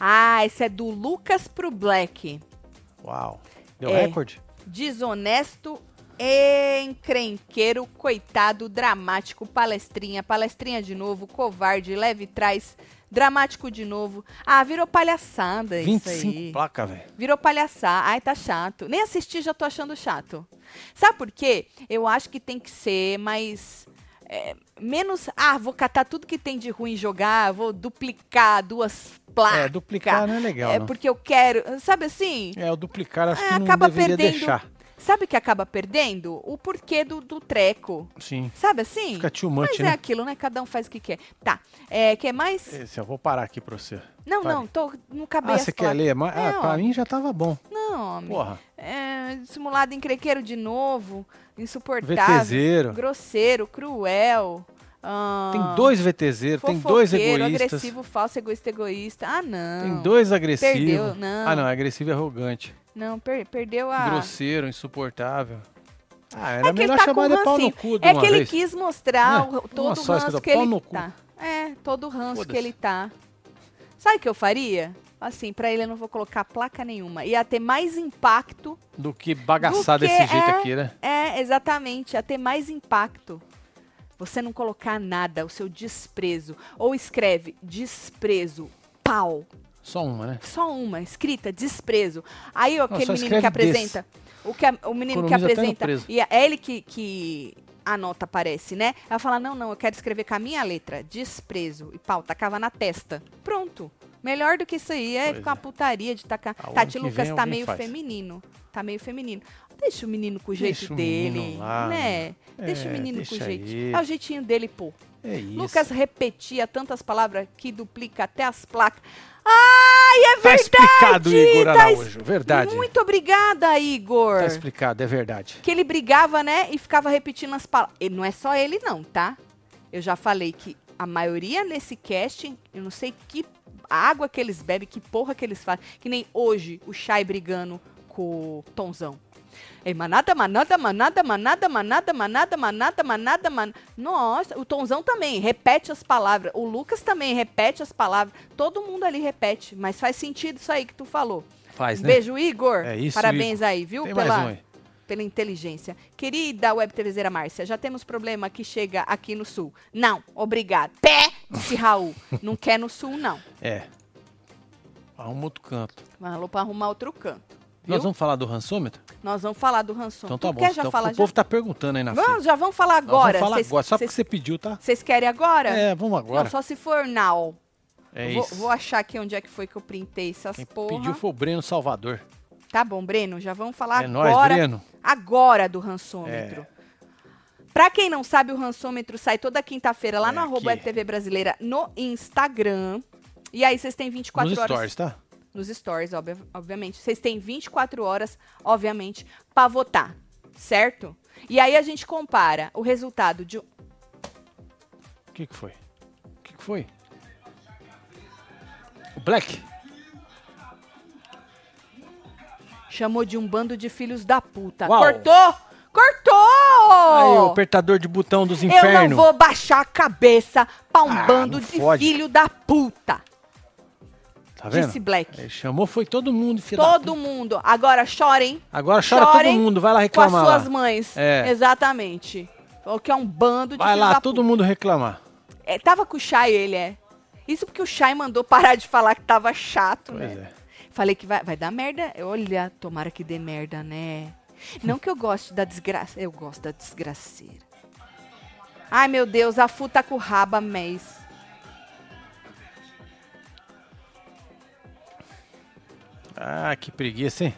B: Ah, esse é do Lucas pro Black.
A: Uau. Deu
B: É.
A: recorde?
B: Desonesto, encrenqueiro, coitado, dramático, palestrinha, palestrinha de novo, covarde, leve trás, dramático de novo. Ah, virou palhaçada É isso
A: 25
B: aí.
A: placa, velho.
B: Virou palhaçada. Ai, tá chato. Nem assisti, já tô achando chato. Sabe por quê? Eu acho que tem que ser mais. é, menos. Ah, vou catar tudo que tem de ruim e jogar, vou duplicar duas placas.
A: É, duplicar não é legal,
B: É
A: não.
B: porque eu quero. Sabe assim?
A: É, o duplicar acho
B: É,
A: que não
B: acaba
A: deveria
B: perdendo.
A: deixar.
B: Sabe o que acaba perdendo? O porquê do, do treco.
A: Sim.
B: Sabe assim?
A: Fica too
B: Mas
A: much,
B: é
A: né?
B: aquilo, né? Cada um faz o que quer. Tá. É, quer mais?
A: Esse, eu vou parar aqui pra você.
B: não,
A: vai.
B: não, tô no cabelo.
A: Ah, você quer ler? Ma-
B: É,
A: Ah,
B: ó.
A: pra mim já tava bom.
B: Não, homem.
A: Porra.
B: É, simulado encrequeiro de novo, insuportável,
A: VTZero.
B: grosseiro, cruel. ah,
A: Tem dois VTZero, tem dois
B: fofoqueiro,
A: egoístas.
B: agressivo, falso, egoísta, egoísta. Ah, não.
A: Tem dois agressivos.
B: Perdeu, não.
A: Ah, não, é agressivo e arrogante.
B: Não, per- perdeu a...
A: Grosseiro, insuportável. Ah,
B: É
A: era
B: que ele
A: melhor
B: tá
A: chamar
B: com
A: de pau
B: rancinho.
A: no cu de
B: É
A: uma
B: que ele
A: vez.
B: quis mostrar
A: Não é?
B: o- todo
A: Uma
B: o
A: só, escrito,
B: ranço que ele
A: pau no cu.
B: tá. É, todo o ranço que
A: Foda-se.
B: ele tá. Sabe o que eu faria? Assim, pra ele eu não vou colocar placa nenhuma. Ia ter mais impacto.
A: Do que bagaçar
B: Do que
A: desse jeito
B: é-
A: aqui, né?
B: É, exatamente. Ia ter mais impacto. Você não colocar nada, o seu desprezo. Ou escreve desprezo, pau.
A: Só uma, né?
B: Só uma, escrita, desprezo. Aí ó, aquele
A: só
B: menino que
A: escreve
B: apresenta. O, que a- o menino que
A: Economiza até no
B: apresenta.
A: preso.
B: E é ele que, que a nota parece, né? Ela fala: não, não, eu quero escrever com a minha letra, desprezo. E pau, tacava na testa. Pronto. Melhor do que isso aí. É
A: Pois
B: ficar uma putaria de tacar.
A: Ah, o ano
B: Tati
A: que vem
B: Lucas tá
A: alguém
B: meio
A: faz.
B: feminino. Tá meio feminino. Deixa o menino com o jeito
A: Deixa o menino
B: dele.
A: lá,
B: né?
A: É,
B: deixa o menino com o
A: deixa
B: jeito.
A: ele.
B: É o jeitinho dele, pô.
A: É isso.
B: Lucas repetia tantas palavras que duplica até as placas. Ai, é
A: tá
B: verdade!
A: explicado, Igor
B: tá
A: Araújo.
B: es-
A: Verdade.
B: Muito obrigada, Igor.
A: Tá explicado, é verdade.
B: que ele brigava, né, e ficava repetindo as palavras. E Não é só ele, não, tá? Eu já falei que a maioria nesse casting, eu não sei que água que eles bebem, que porra que eles fazem. Que nem hoje, o Chay brigando com o Tonzão. É manada, manada, manada, manada, manada, manada, manada, manada, manada. Nossa, o Tonzão também repete as palavras. O Lucas também repete as palavras. Todo mundo ali repete. Mas faz sentido isso aí que tu falou. Um
A: Faz, né?
B: Beijo, Igor.
A: É isso,
B: Parabéns aí, viu?
A: Tem mais
B: pela,
A: um aí.
B: pela inteligência. Querida Web TVzeira Márcia, já temos problema que chega aqui no Sul. Não, obrigado. Pé, disse Raul. não quer no Sul, não.
A: É. Arruma outro canto.
B: Falou pra arrumar outro canto. Viu?
A: Nós vamos falar do rançômetro?
B: Nós vamos falar do Hanson.
A: Então tá
B: Então, Tu
A: bom.
B: Quer já
A: Então,
B: falar
A: o
B: já?
A: povo tá perguntando aí na
B: Vamos,
A: fila.
B: já vamos falar
A: Nós
B: agora.
A: Vamos falar
B: Vocês-
A: agora, só porque
B: vocês-
A: você pediu, tá?
B: Vocês querem agora?
A: É, vamos agora.
B: Não, só se for now.
A: É
B: vou,
A: isso.
B: vou achar aqui onde é que foi que eu printei essas
A: Quem
B: porra.
A: pediu foi o Breno Salvador.
B: Tá bom, Breno, já vamos falar
A: é nóis,
B: agora.
A: Breno. É.
B: agora do rançômetro. Pra quem não sabe, o rançômetro sai toda quinta-feira lá
A: É
B: no arroba
A: aqui.
B: TV Brasileira no Instagram. E aí vocês têm 24
A: Nos
B: horas.
A: stories, tá?
B: Nos stories, obvia- obviamente. Vocês têm 24 horas, obviamente, pra votar, certo? E aí a gente compara o resultado de. um-
A: O que que foi? O que que foi? O Black.
B: Chamou de um bando de filhos da puta.
A: Uau.
B: Cortou!
A: Aí, o
B: Cortou!
A: apertador de botão dos
B: Eu
A: infernos.
B: não vou baixar a cabeça pra um
A: Ah,
B: bando
A: não
B: de
A: fode.
B: filho da puta,
A: Tá vendo?
B: disse Black.
A: Ele chamou, foi todo mundo, filho da
B: Todo mundo. Agora chorem
A: Agora chora
B: Chorem
A: todo mundo, vai lá
B: com as
A: reclamar.
B: suas
A: lá.
B: mães.
A: É.
B: Exatamente. O que é um bando de
A: Vai
B: filho
A: lá,
B: da
A: todo
B: puta.
A: mundo reclamar.
B: É, tava com o Chay, ele é. Isso porque o Chay mandou parar de falar que tava chato,
A: Pois
B: né?
A: é.
B: Falei que vai, vai dar merda. Olha, tomara que dê merda, né? Não que eu goste da desgraça. Eu gosto da desgraceira. Ai, meu Deus, a Fu tá com raba, mês.
A: Ah, que preguiça, hein?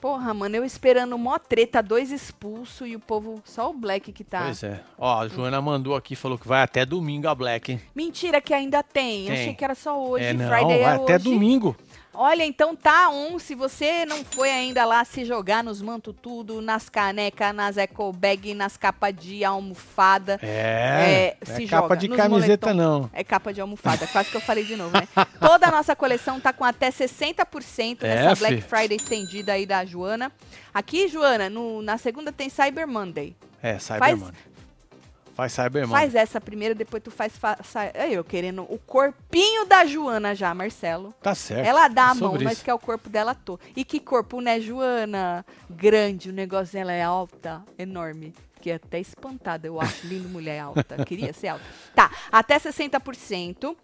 B: Porra, mano, eu esperando mó treta, dois expulsos e o povo. Só o Black que tá.
A: Pois é. Ó, a Joana mandou aqui, falou que vai até domingo a Black, hein?
B: Mentira que ainda tem. Eu
A: Tem.
B: achei que era só hoje.
A: é, não,
B: Friday
A: vai
B: é
A: até
B: hoje.
A: domingo.
B: Olha, então tá on. Se você não foi ainda lá se jogar nos manto tudo, nas canecas, nas eco bag, nas capas de almofada.
A: É,
B: É,
A: não
B: se
A: é capa
B: joga
A: de
B: nos
A: camiseta,
B: moletom.
A: não.
B: É capa de almofada, quase que eu falei de
A: *laughs*
B: novo, né? Toda a nossa coleção tá com até 60% nessa
A: É,
B: Black
A: fi.
B: Friday estendida aí da Joana. Aqui, Joana, no- na segunda tem Cyber Monday.
A: É, Cyber
B: Faz-
A: Monday. Faz Cyber Monday.
B: Faz essa primeiro, depois tu faz. Fa sai- Aí, eu querendo o corpinho da Joana já, Marcelo.
A: Tá certo.
B: Ela dá
A: É
B: a mão,
A: sobre
B: mas
A: isso.
B: que é o corpo dela todo. E que corpo, né, Joana? Grande, o negócio dela é alta, enorme. Fiquei até espantada, eu acho lindo mulher alta. Queria ser alta. Tá, até 60%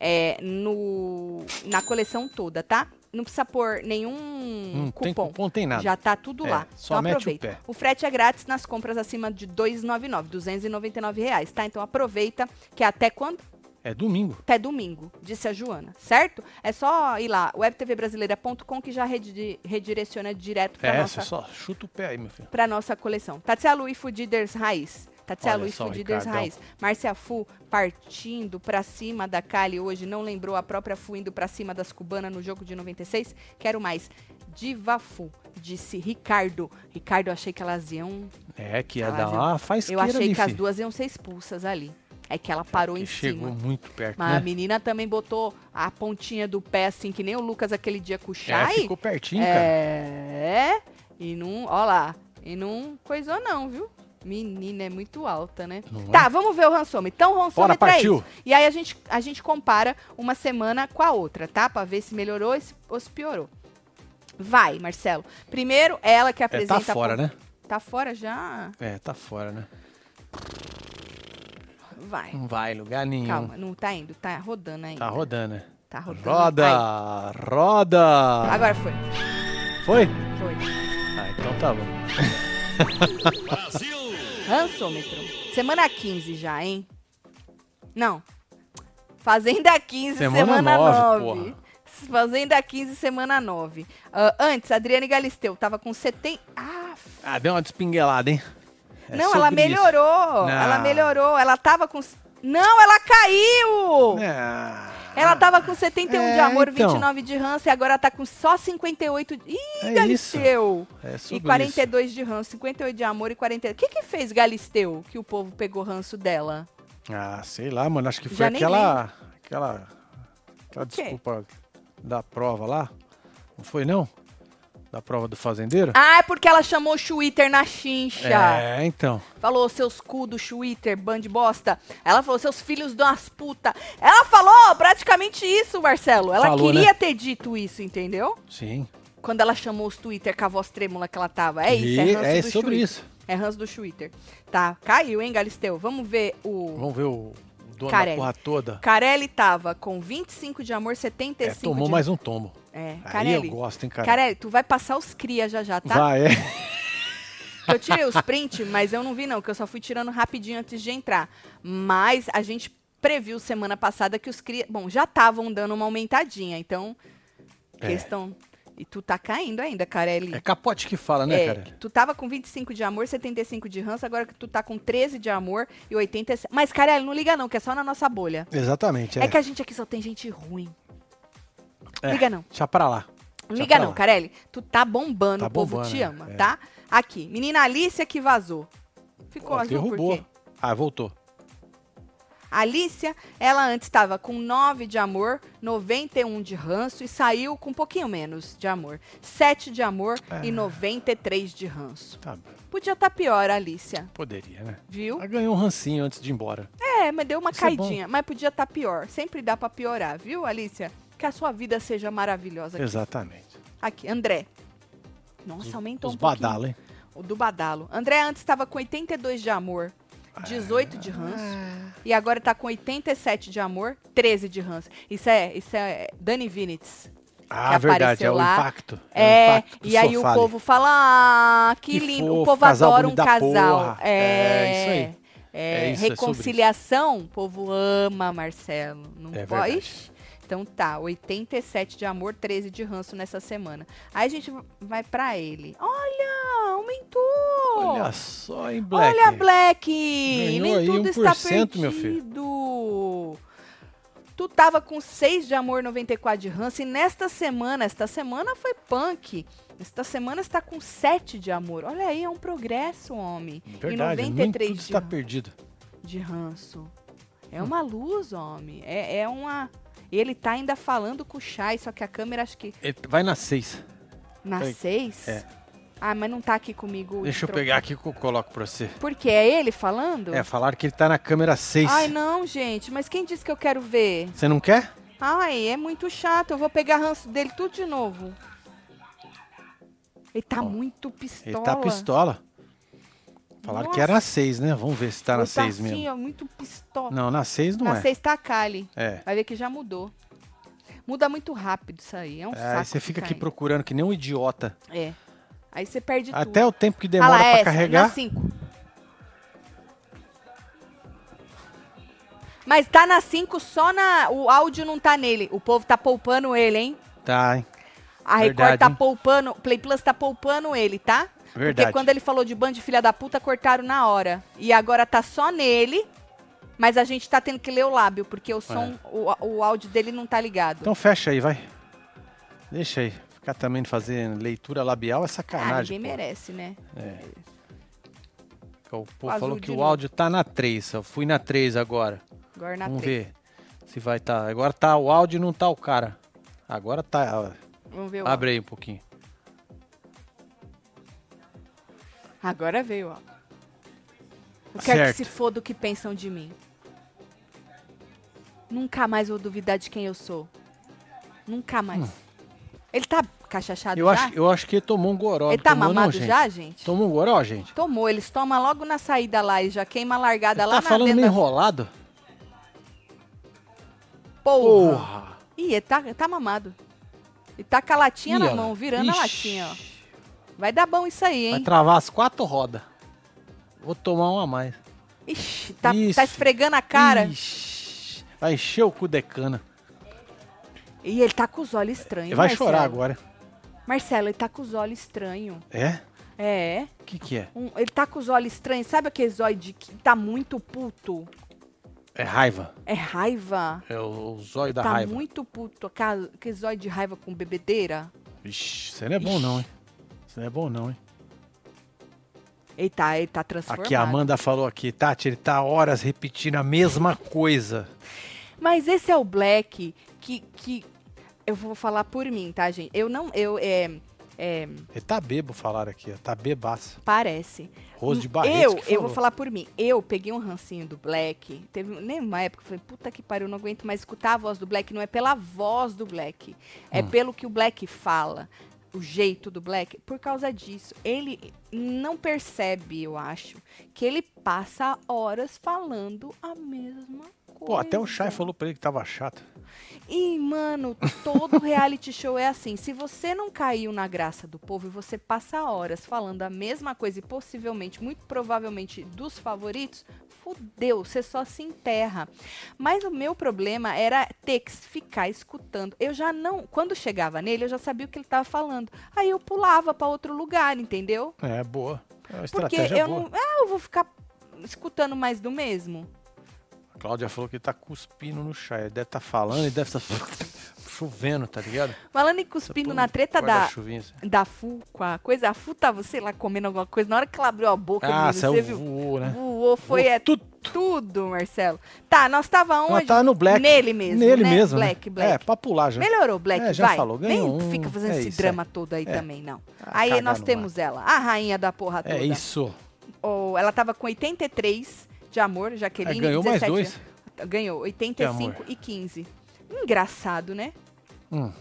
B: é, no, na coleção toda, tá? Não precisa pôr nenhum
A: Não Hum, tem
B: cupom.
A: cupom, tem nada.
B: Já tá tudo
A: É,
B: lá.
A: só
B: então
A: mete o
B: aproveita.
A: pé.
B: frete é grátis nas compras acima de 2,99, 299 reais, tá? Então aproveita que é até quando?
A: É domingo.
B: até domingo, disse a Joana, certo? É só ir lá, webtvbrasileira.com que já redi- redireciona direto para
A: é, você
B: nossa,
A: só chuta o pé aí, meu filho.
B: pra nossa coleção. Tatia Lu e Fudiders Raiz. Tatia
A: Olha
B: Lu e
A: só,
B: Fudiders
A: Ricardão.
B: Raiz. Márcia Fu partindo pra cima da Kali hoje, não lembrou a própria Fu indo pra cima das cubanas no jogo de 96? Quero mais. Diva Fu, disse Ricardo. Ricardo, eu achei que elas iam...
A: É, que ia
B: Ela
A: dar
B: Ah, viu.
A: uma faz
B: Eu achei que as duas iam ser expulsas ali. É que ela parou em cima.
A: Chegou muito perto,
B: Mas a
A: né?
B: menina também botou a pontinha do pé, assim, que nem o Lucas aquele dia com o É,
A: É,
B: Chay.
A: ficou pertinho, cara.
B: É, e não, ó lá, e não coisou não, viu? Menina, é muito alta, né?
A: Não é?
B: Tá, vamos ver o Ransome. Então, o Ransome
A: Bora,
B: traz.
A: partiu.
B: E aí a gente, a gente compara uma semana com a outra, tá? Pra ver se melhorou e se- ou se piorou. Vai, Marcelo. Primeiro, ela que
A: É,
B: apresenta...
A: tá fora, né?
B: Tá fora já?
A: É, tá fora, né?
B: Vai.
A: Não vai lugar nenhum.
B: Calma, não tá indo. Tá rodando ainda.
A: Hum. Tá rodando, né?
B: Tá rodando. Aí.
A: Roda! Roda!
B: Agora foi.
A: Foi?
B: Foi.
A: Ah, então tá bom.
B: Rançômetro. Semana 15 já, hein? Não. Fazenda 15,
A: Semana
B: semana, 9.
A: nove, porra.
B: Fazenda 15, semana 9. Ah, antes, Adriane Galisteu tava com 70. Ah, f-
A: Ah, deu uma despinguelada, hein? É
B: não, ela
A: sobre isso.
B: melhorou. Ela
A: Não.
B: melhorou. Ela tava com. Não, ela caiu!
A: Ah,
B: Ela tava com 71 de
A: É,
B: amor,
A: então.
B: 29 de ranço e agora tá com só 58 de. Ih,
A: É
B: Galisteu!
A: é
B: E
A: sobre
B: 42 de ranço, 58 de amor e 40. O que que fez Galisteu que o povo pegou ranço dela?
A: isso. Ah, sei lá, mano. Acho que foi
B: Já nem
A: aquela. Aquela. Aquela
B: quê?
A: desculpa da prova lá. Não foi, não? Da prova do fazendeiro?
B: Ah, é porque ela chamou o Twitter na chincha.
A: É, então.
B: Falou, seus cu do Twitter, band bosta. Ela falou, seus filhos das puta. Ela falou praticamente isso, Marcelo. Ela
A: Falou, né?
B: queria ter dito isso, entendeu?
A: Sim.
B: Quando ela chamou os Twitter com a voz trêmula que ela tava. É isso,
A: E
B: é ranço
A: é
B: do
A: sobre
B: Twitter.
A: isso.
B: É ranço do Twitter. Tá, caiu, hein, Galisteu? Vamos ver o...
A: Vamos ver o dono
B: Carelli.
A: da porra toda.
B: Carelli tava com 25 de amor, 75
A: É, tomou
B: de...
A: mais um tombo.
B: É,
A: Aí eu
B: Carelli.
A: gosto, hein, cara.
B: Carelli, tu vai passar os cria já já, tá?
A: Vai, é.
B: Eu tirei os print, mas eu não vi não, que eu só fui tirando rapidinho antes de entrar. Mas a gente previu semana passada que os cria, bom, já estavam dando uma aumentadinha, então
A: É.
B: questão e tu tá caindo ainda, Carelli.
A: É capote que fala, né,
B: É,
A: Carelli?
B: tu tava com 25 de amor, 75 de ranço, agora que tu tá com 13 de amor e 87. Mas Carelli, não liga não, que é só na nossa bolha.
A: Exatamente.
B: É, que a gente aqui só tem gente ruim. Liga não.
A: Deixa pra lá. É. Deixa
B: Liga
A: pra
B: não,
A: lá.
B: Carelli. Tu tá bombando,
A: Tá
B: o povo
A: bombando,
B: te
A: né?
B: ama,
A: É.
B: tá? Aqui, menina Alicia que vazou. Ficou
A: Ó,
B: azul por quê?
A: derrubou. Ah, voltou.
B: A Alicia, ela antes estava com 9 de amor, 91 de ranço e saiu com um pouquinho menos de amor. 7 de amor
A: É.
B: e 93 de ranço.
A: Tá,
B: Podia estar pior, Alicia,
A: poderia, né?
B: viu?
A: Ela ganhou um rancinho antes de ir embora.
B: É, mas deu uma
A: Isso é bom.
B: caidinha, mas podia estar pior. Sempre dá pra piorar, viu, Alicia? Que a sua vida seja maravilhosa.
A: Exatamente.
B: Aqui, André. Nossa, aumentou
A: Os
B: um pouquinho.
A: badala, hein?
B: O do Badalo. André antes estava com 82 de amor, 18 de ranço.
A: Ah.
B: E agora tá com 87 de amor, 13 de ranço. Isso é, isso é Dani Vinitz.
A: Ah,
B: que
A: verdade,
B: apareceu
A: é
B: lá.
A: o impacto. o
B: É,
A: impacto do
B: e aí o
A: sofá ali.
B: povo fala, ah, que,
A: Que
B: lindo. o
A: fofo,
B: povo
A: casal
B: adora um
A: bonito da
B: casal.
A: porra.
B: É,
A: É, isso aí.
B: é,
A: É isso, é sobre isso.
B: reconciliação, o povo ama, Marcelo. Não
A: É
B: pode.
A: verdade.
B: Ixi. Então tá, 87 de amor, 13 de ranço nessa semana. Aí a gente vai pra ele. Olha, aumentou!
A: Olha só, hein, Black.
B: Olha, Black!
A: Ganhou
B: Nem
A: aí
B: tudo está perdido.
A: 1%, meu filho.
B: Tu tava com 6 de amor, 94 de ranço. E nesta semana, esta semana foi punk. Esta semana está com 7 de amor. Olha aí, é um progresso, homem.
A: Verdade,
B: e
A: nem tudo
B: 93 de, um.
A: está perdido.
B: de ranço. É uma luz, homem. É, é uma... Ele tá ainda falando com o Chay, só que a câmera acho que
A: Ele É, vai na 6.
B: na
A: Peraí.
B: 6.
A: É.
B: Ah, mas não tá aqui comigo. de
A: Deixa eu
B: trocar.
A: pegar aqui que eu coloco pra você.
B: Porque é ele falando?
A: É, falaram que ele tá na câmera 6.
B: Ai, não, gente, mas quem disse que eu quero ver?
A: Você não quer?
B: Ai, é muito chato, eu vou pegar ranço dele tudo de novo. Ele tá
A: Ó,
B: muito pistola.
A: Ele tá pistola. Falaram que era na 6, né? Vamos ver se tá na
B: Ele tá
A: 6
B: assim,
A: mesmo.
B: ó, muito pistola.
A: Não, na 6 não
B: Na
A: é.
B: 6 tá a Kali.
A: É.
B: Vai ver que já mudou. Muda muito rápido isso aí, é um
A: É,
B: saco.
A: Aí você fica aqui
B: aí.
A: procurando que nem um idiota.
B: É. Aí você perde
A: Até
B: tudo.
A: o tempo que
B: Ah lá,
A: demora pra
B: essa, Na
A: carregar.
B: 5. Mas tá na 5 só na... O áudio não tá nele. O povo tá poupando ele, hein?
A: Tá, hein?
B: A Record
A: Verdade,
B: tá
A: hein?
B: poupando, Play Plus tá poupando ele, tá? Porque
A: Verdade.
B: quando ele falou de band de filha da puta, cortaram na hora. E agora tá só nele, mas a gente tá tendo que ler o lábio, porque o som, o, o áudio dele não tá ligado.
A: É. Então fecha aí, vai. Deixa aí. Ficar também fazendo leitura labial é
B: ah,
A: sacanagem.
B: ninguém
A: pô.
B: merece, né?
A: O povo
B: Azul
A: falou
B: de
A: que o
B: novo.
A: áudio tá na 3. Eu fui na 3 agora.
B: Agora na
A: Vamos
B: três.
A: ver se vai tá. Agora tá o áudio e não tá o cara. Agora tá. ó.
B: Vamos ver o áudio.
A: Abre aí um pouquinho.
B: Agora veio, ó. Eu quero
A: Certo.
B: que se foda o que pensam de mim. Nunca mais vou duvidar de quem eu sou. Nunca mais. Ele tá cachachado
A: Hum. Eu
B: já?
A: acho, eu acho que ele tomou um goró.
B: Ele tá
A: tomou,
B: mamado
A: não, gente.
B: já, gente?
A: Tomou um goró, gente?
B: Tomou, eles tomam logo na saída lá e já queima a largada lá
A: tá
B: na
A: falando
B: dentro
A: meio
B: da-
A: enrolado?
B: Porra.
A: Porra!
B: Ih, ele tá, tá mamado. E tá com a latinha
A: Ih,
B: na
A: olha lá.
B: mão, virando
A: Ixi.
B: a latinha, ó. Vai dar bom isso aí,
A: Vai tá-
B: hein?
A: travar as quatro rodas. Vou tomar uma a mais.
B: Ixi, tá,
A: Isso.
B: tá esfregando a cara.
A: Ixi, vai encher o cu de cana.
B: E ele tá com os olhos estranhos.
A: Ele vai
B: Marcelo.
A: chorar agora.
B: Marcelo, ele tá com os olhos estranhos.
A: É?
B: É.
A: O que que é?
B: um- ele tá com os olhos estranhos. Sabe aquele zóio de que tá muito puto?
A: É raiva.
B: É raiva.
A: É o, o zóio da
B: tá
A: raiva.
B: muito puto. Aquela- Aquele zóio de raiva com bebedeira.
A: Ixi, isso aí não é bom não, hein? Isso não é bom não, hein?
B: Tá Ele tá, ele tá transformado.
A: Aqui a Amanda falou aqui, Tati, ele tá horas repetindo a mesma coisa.
B: Mas esse é o Black que, que. Eu vou falar por mim, tá, gente? Eu não. Eu. É, é,
A: Ele tá bebo, falaram aqui, ó. Tá bebaço.
B: parece.
A: Rose de barreto
B: Eu,
A: que
B: eu
A: falou.
B: vou falar por mim. Eu peguei um rancinho do Black. Teve nem uma época que eu falei, puta que pariu, eu não aguento mais escutar a voz do Black. Não é pela voz do Black.
A: Hum.
B: É pelo que o Black fala. O jeito do Black. Por causa disso, ele não percebe, eu acho, que ele passa horas falando a mesma coisa.
A: Pô, até o Chay falou pra ele que tava chato.
B: E, mano, todo reality show é assim. Se você não caiu na graça do povo e você passa horas falando a mesma coisa e possivelmente, muito provavelmente, dos favoritos, fudeu, você só se enterra. Mas o meu problema era ter que ficar escutando. Eu já não. Quando chegava nele, eu já sabia o que ele tava falando. Aí eu pulava pra outro lugar, entendeu?
A: É, boa. É uma
B: Porque
A: estratégia
B: eu
A: boa.
B: não. Ah, eu vou ficar escutando mais do mesmo.
A: A Cláudia falou que ele tá cuspindo no Chay. Ele deve tá falando e deve tá *laughs* chovendo, tá ligado?
B: Falando em cuspindo
A: Põe
B: na
A: um
B: treta da,
A: guarda-chuvinha, assim.
B: da Fu com a coisa. A Fu tava, sei lá, comendo alguma coisa. Na hora que ela abriu a boca,
A: Ah,
B: menino, você
A: saiu
B: viu?
A: voou, né?
B: Voou, foi
A: Voou
B: é
A: tudo.
B: tudo, Marcelo. Tá, nós tava
A: Ela
B: onde?
A: tá no Black.
B: Nele mesmo,
A: Nele
B: né?
A: mesmo. né?
B: Black, Black.
A: É, pra pular já.
B: Melhorou, Black,
A: É, já
B: vai.
A: falou,
B: Nem
A: ganhou um.
B: fica fazendo
A: É
B: esse
A: isso,
B: drama todo aí também, não. aí
A: cagar
B: nós
A: no
B: temos ela, a rainha da porra toda.
A: É isso.
B: Oh, ela tava com 83 de amor,
A: É,
B: Jaqueline.
A: ganhou mais
B: 17
A: dois.
B: anos. Ganhou,
A: De amor.
B: 85 e 15. Engraçado, né?
A: Hum. Hum,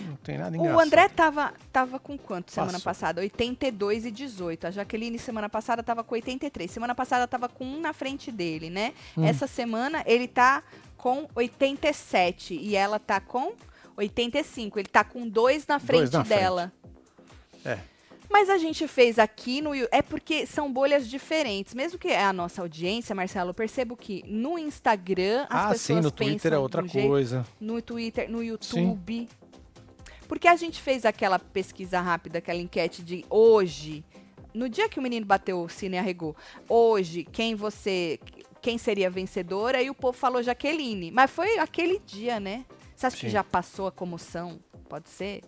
A: Não tem nada engraçado.
B: O André tava, tava com quanto semana
A: Passou.
B: passada? 82 e 18. A Jaqueline semana passada tava com 83. Semana passada tava com um na frente dele, né?
A: Hum.
B: Essa semana ele tá com 87 e ela tá com 85. Ele tá com dois na frente
A: Dois na frente.
B: dela.
A: É.
B: Mas a gente fez aqui no. Yu- É porque são bolhas diferentes. Mesmo que é a nossa audiência, Marcelo, eu percebo que no Instagram as
A: Ah,
B: pessoas
A: sim, no
B: pensam
A: Twitter é outra
B: de um jeito,
A: coisa.
B: no Twitter, no YouTube. Porque a gente fez aquela pesquisa rápida, aquela enquete de hoje. No dia que o menino bateu o sino e arregou, hoje, quem você. Quem seria a vencedora? E o povo falou Jaqueline. Mas foi aquele dia, né? Você acha que
A: Sim. Ah.
B: já passou a comoção? Pode ser?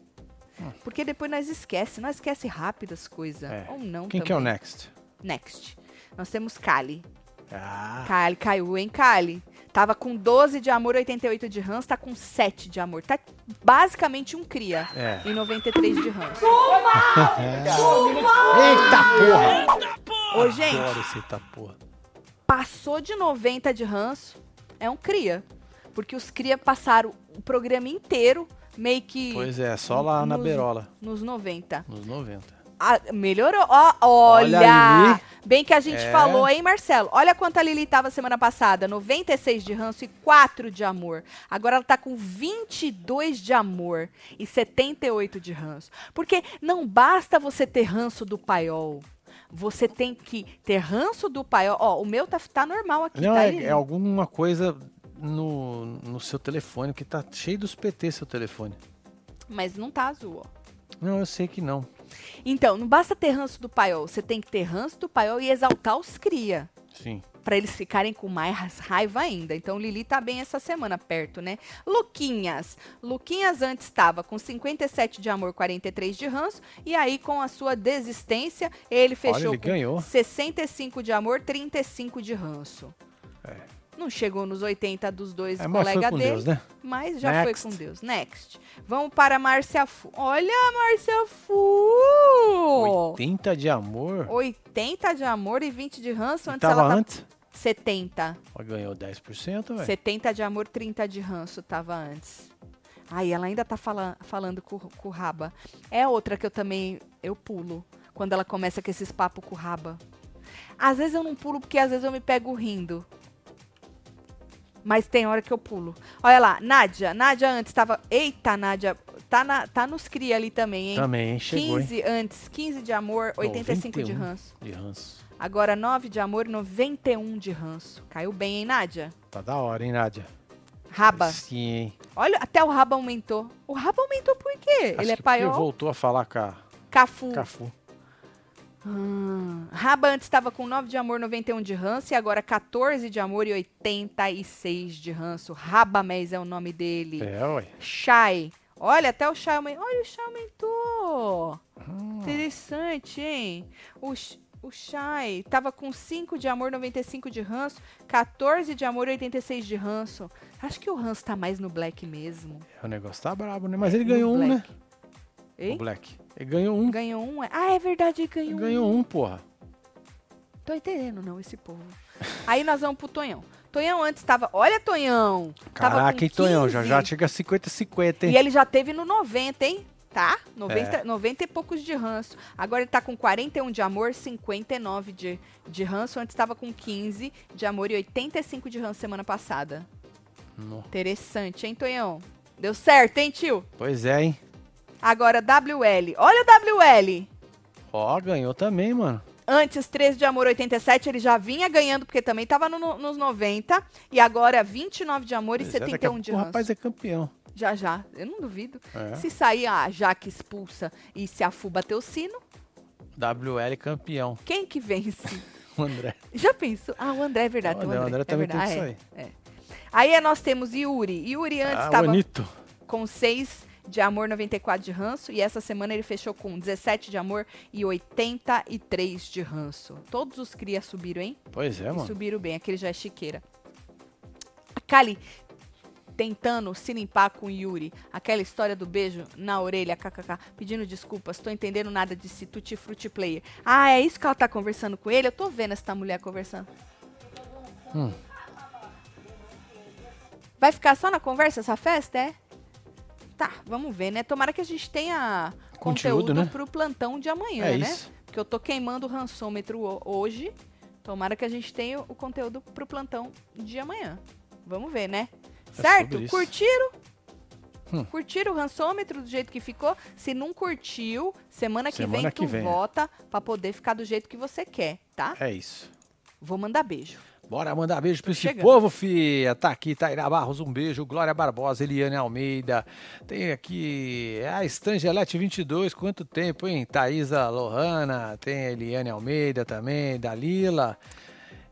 B: Porque depois nós esquece, nós esquece rápido as coisas.
A: É.
B: Ou não.
A: Quem
B: também.
A: que é o Next?
B: Next. Nós temos Kali.
A: Ah,
B: Kali caiu, hein, Kali? Tava com 12 de amor, 88 de ranço, tá com 7 de amor. Tá basicamente um cria.
A: É.
B: E 93 de ranço.
A: Eita porra!
B: Ô, gente,
A: Adoro esse eita porra.
B: passou de 90 de ranço, é um cria. Porque os cria passaram o programa inteiro meio que
A: Pois é, só lá na
B: Nos-
A: berola,
B: nos 90.
A: nos 90.
B: Ah, melhorou. Ó, olha!
A: Olha ali.
B: Bem que a gente
A: É.
B: falou, hein, Marcelo? Olha quanto a Lili tava semana passada. 96 de ranço e 4 de amor. Agora ela tá com 22 de amor e 78 de ranço. Porque não basta você ter ranço do paiol. Você tem que ter ranço do paiol. Ó, o meu tá, tá normal aqui,
A: Não,
B: tá?
A: é,
B: Lili?
A: é alguma coisa no, no seu telefone, que tá cheio dos PT seu telefone.
B: Mas não tá azul, ó.
A: Não, eu sei que não.
B: Então, não basta ter ranço do paiol. Você tem que ter ranço do paiol e exaltar os cria.
A: Sim.
B: Pra eles ficarem com mais raiva ainda. Então, Lili tá bem essa semana, perto, né? Luquinhas. Luquinhas antes estava com 57 de amor, 43 de ranço. E aí, com a sua desistência, ele fechou
A: Olha, ele
B: com
A: ganhou.
B: 65 de amor, 35 de ranço. Não chegou nos 80 dos dois
A: É, mas foi
B: colegas
A: com
B: dele,
A: Deus, né?
B: mas já
A: Next.
B: foi com Deus. Next. Vamos para Márcia Fu. Olha, Márcia Fu!
A: 80 de amor?
B: 80 de amor e 20 de ranço. Antes
A: Tava
B: ela tá...
A: antes?
B: 70.
A: Ela ganhou 10%, velho.
B: 70 de amor, 30 de ranço tava antes. Aí ela ainda tá fala- falando com, o- com o Raba. É outra que eu também eu pulo quando ela começa com esses papos com o Raba. Às vezes eu não pulo porque às vezes eu me pego rindo. Mas tem hora que eu pulo. Olha lá, Nádia. Nádia antes tava. Eita, Nádia. Tá, na, tá nos cria ali também, hein?
A: Também, hein? Chegou, hein?
B: 15 antes, 15 de amor, 85 de
A: 91.
B: ranço.
A: De ranço.
B: Agora 9 de amor, 91 de ranço. Caiu bem, hein, Nádia?
A: Tá da hora, hein, Nádia?
B: Raba.
A: Sim, hein?
B: Olha, até o rabo aumentou. O rabo aumentou por quê? Ele é paiol?
A: Ele voltou a falar com a
B: Cafu.
A: Cafu.
B: Hum. Raba antes estava com 9 de amor, 91 de ranço, e agora 14 de amor e 86 de ranço. Rabamés é o nome dele.
A: É, ué.
B: Shai. Olha, até o Shai aumentou. Olha, o Shai aumentou.
A: Ah.
B: Interessante, hein? O, Sh- o Shai tava com 5 de amor, 95 de ranço, 14 de amor e 86 de ranço. Acho que o ranço tá mais no black mesmo.
A: O negócio tá brabo, né? Mas ele
B: No
A: ganhou um, né?
B: black. Ei?
A: O Black. Ele ganhou um.
B: Ganhou um? é? Ah, é verdade, ele ganhou,
A: Ele ganhou um, porra.
B: um. Tô entendendo, não, esse povo. Aí nós vamos pro Tonhão. Tonhão antes tava. Olha, Tonhão! Tava
A: Caraca,
B: com
A: hein, Tonhão? Já
B: 15,
A: já chega a 50-50, hein?
B: E ele já teve no 90, hein? Tá? 90,
A: É.
B: 90 e poucos de ranço. Agora ele tá com 41 de amor, 59 de, de ranço. Antes tava com 15 de amor e 85 de ranço semana passada.
A: No-
B: Interessante, hein, Tonhão? Deu certo, hein, tio?
A: Pois é, hein?
B: Agora WL. Olha o WL!
A: Ó, ganhou também, mano.
B: Antes, 13 de amor, 87, ele já vinha ganhando, porque também tava no- no- nos 90. E agora, 29 de amor e
A: Pois é, daqui a
B: 71 de
A: pouco
B: ranço.
A: O rapaz é campeão.
B: Já, já. Eu não duvido.
A: É.
B: Se sair a Jaque expulsa e se a Fu bater o sino,
A: WL campeão. *laughs*
B: quem que vence? *laughs*
A: O André.
B: já pensou? Ah, o André é verdade. tem
A: Olha, o André
B: é
A: também tem
B: verdade.
A: que
B: Ah, é.
A: sair.
B: Aí é, nós temos Yuri. Yuri antes
A: Ah,
B: tava
A: bonito.
B: com 6 de amor, 94 de ranço. E essa semana ele fechou com 17 de amor e 83 de ranço. Todos os cria subiram, hein?
A: Pois é,
B: E
A: mano.
B: subiram bem, aquele já é chiqueira. A Kali tentando se limpar com o Yuri. Aquela história do beijo na orelha, kkk, pedindo desculpas, tô entendendo nada de se tutti frutti player. Ah, é isso que ela tá conversando com ele? Eu tô vendo essa mulher conversando.
A: Hum.
B: Vai ficar só na conversa essa festa, é? Tá, vamos ver, né? Tomara que a gente tenha
A: Conteúdo,
B: conteúdo,
A: né?
B: pro plantão de amanhã,
A: É
B: né?
A: isso.
B: Porque eu tô queimando o rançômetro ho- hoje. Tomara que a gente tenha o conteúdo pro plantão de amanhã. Vamos ver, né?
A: É
B: certo?
A: sobre isso.
B: Curtiram?
A: Hum.
B: Curtiram o rançômetro do jeito que ficou? Se não curtiu, semana que
A: Semana
B: vem
A: que
B: tu
A: vem, é.
B: vota pra poder ficar do jeito que você quer, tá?
A: É isso.
B: Vou mandar beijo.
A: Bora mandar beijo pra esse
B: chegando.
A: povo, fia. Tá aqui Tairá Barros, um beijo. Glória Barbosa, Eliane Almeida. Tem aqui é a Estangelete 22, quanto tempo, hein? Thaisa Lohana, tem a Eliane Almeida também, Dalila.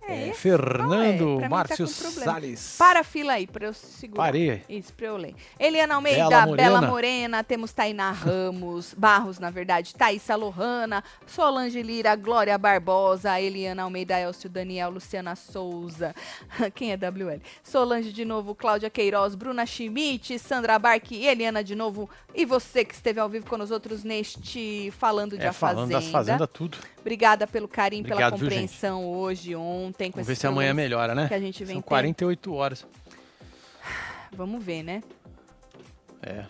B: É
A: eh,
B: esse? Qual é?
A: Fernando,
B: Pra mim tá
A: Márcio
B: com problema.
A: Salles.
B: Para a fila aí, pra eu segurar.
A: Parei.
B: Isso, pra eu ler. Eliana Almeida,
A: Bela
B: Bela
A: Morena.
B: Morena, temos Tainá Ramos, *laughs* Barros, na verdade, Thaisa Lohana, Solange Lira, Glória Barbosa, Eliana Almeida, Elcio Daniel, Luciana Souza, *laughs* quem é WL? Solange de novo, Cláudia Queiroz, Bruna Schmidt, Sandra Barque, Eliana de novo, e você que esteve ao vivo com nós outros neste Falando de
A: É,
B: A
A: falando
B: Fazenda.
A: das fazendas, tudo.
B: Obrigada pelo carinho, pela
A: Obrigado, viu, gente?
B: compreensão hoje, ontem, com
A: Vamos ver
B: esses
A: se amanhã
B: problemas
A: melhora, né?
B: que a gente vem
A: São
B: tendo.
A: 48 horas.
B: Vamos ver, né?
A: É,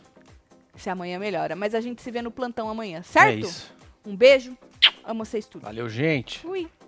B: Se amanhã melhora. Mas a gente se vê no plantão amanhã,
A: é
B: certo?
A: isso.
B: Um beijo. Amo vocês tudo.
A: Valeu, gente.
B: Fui.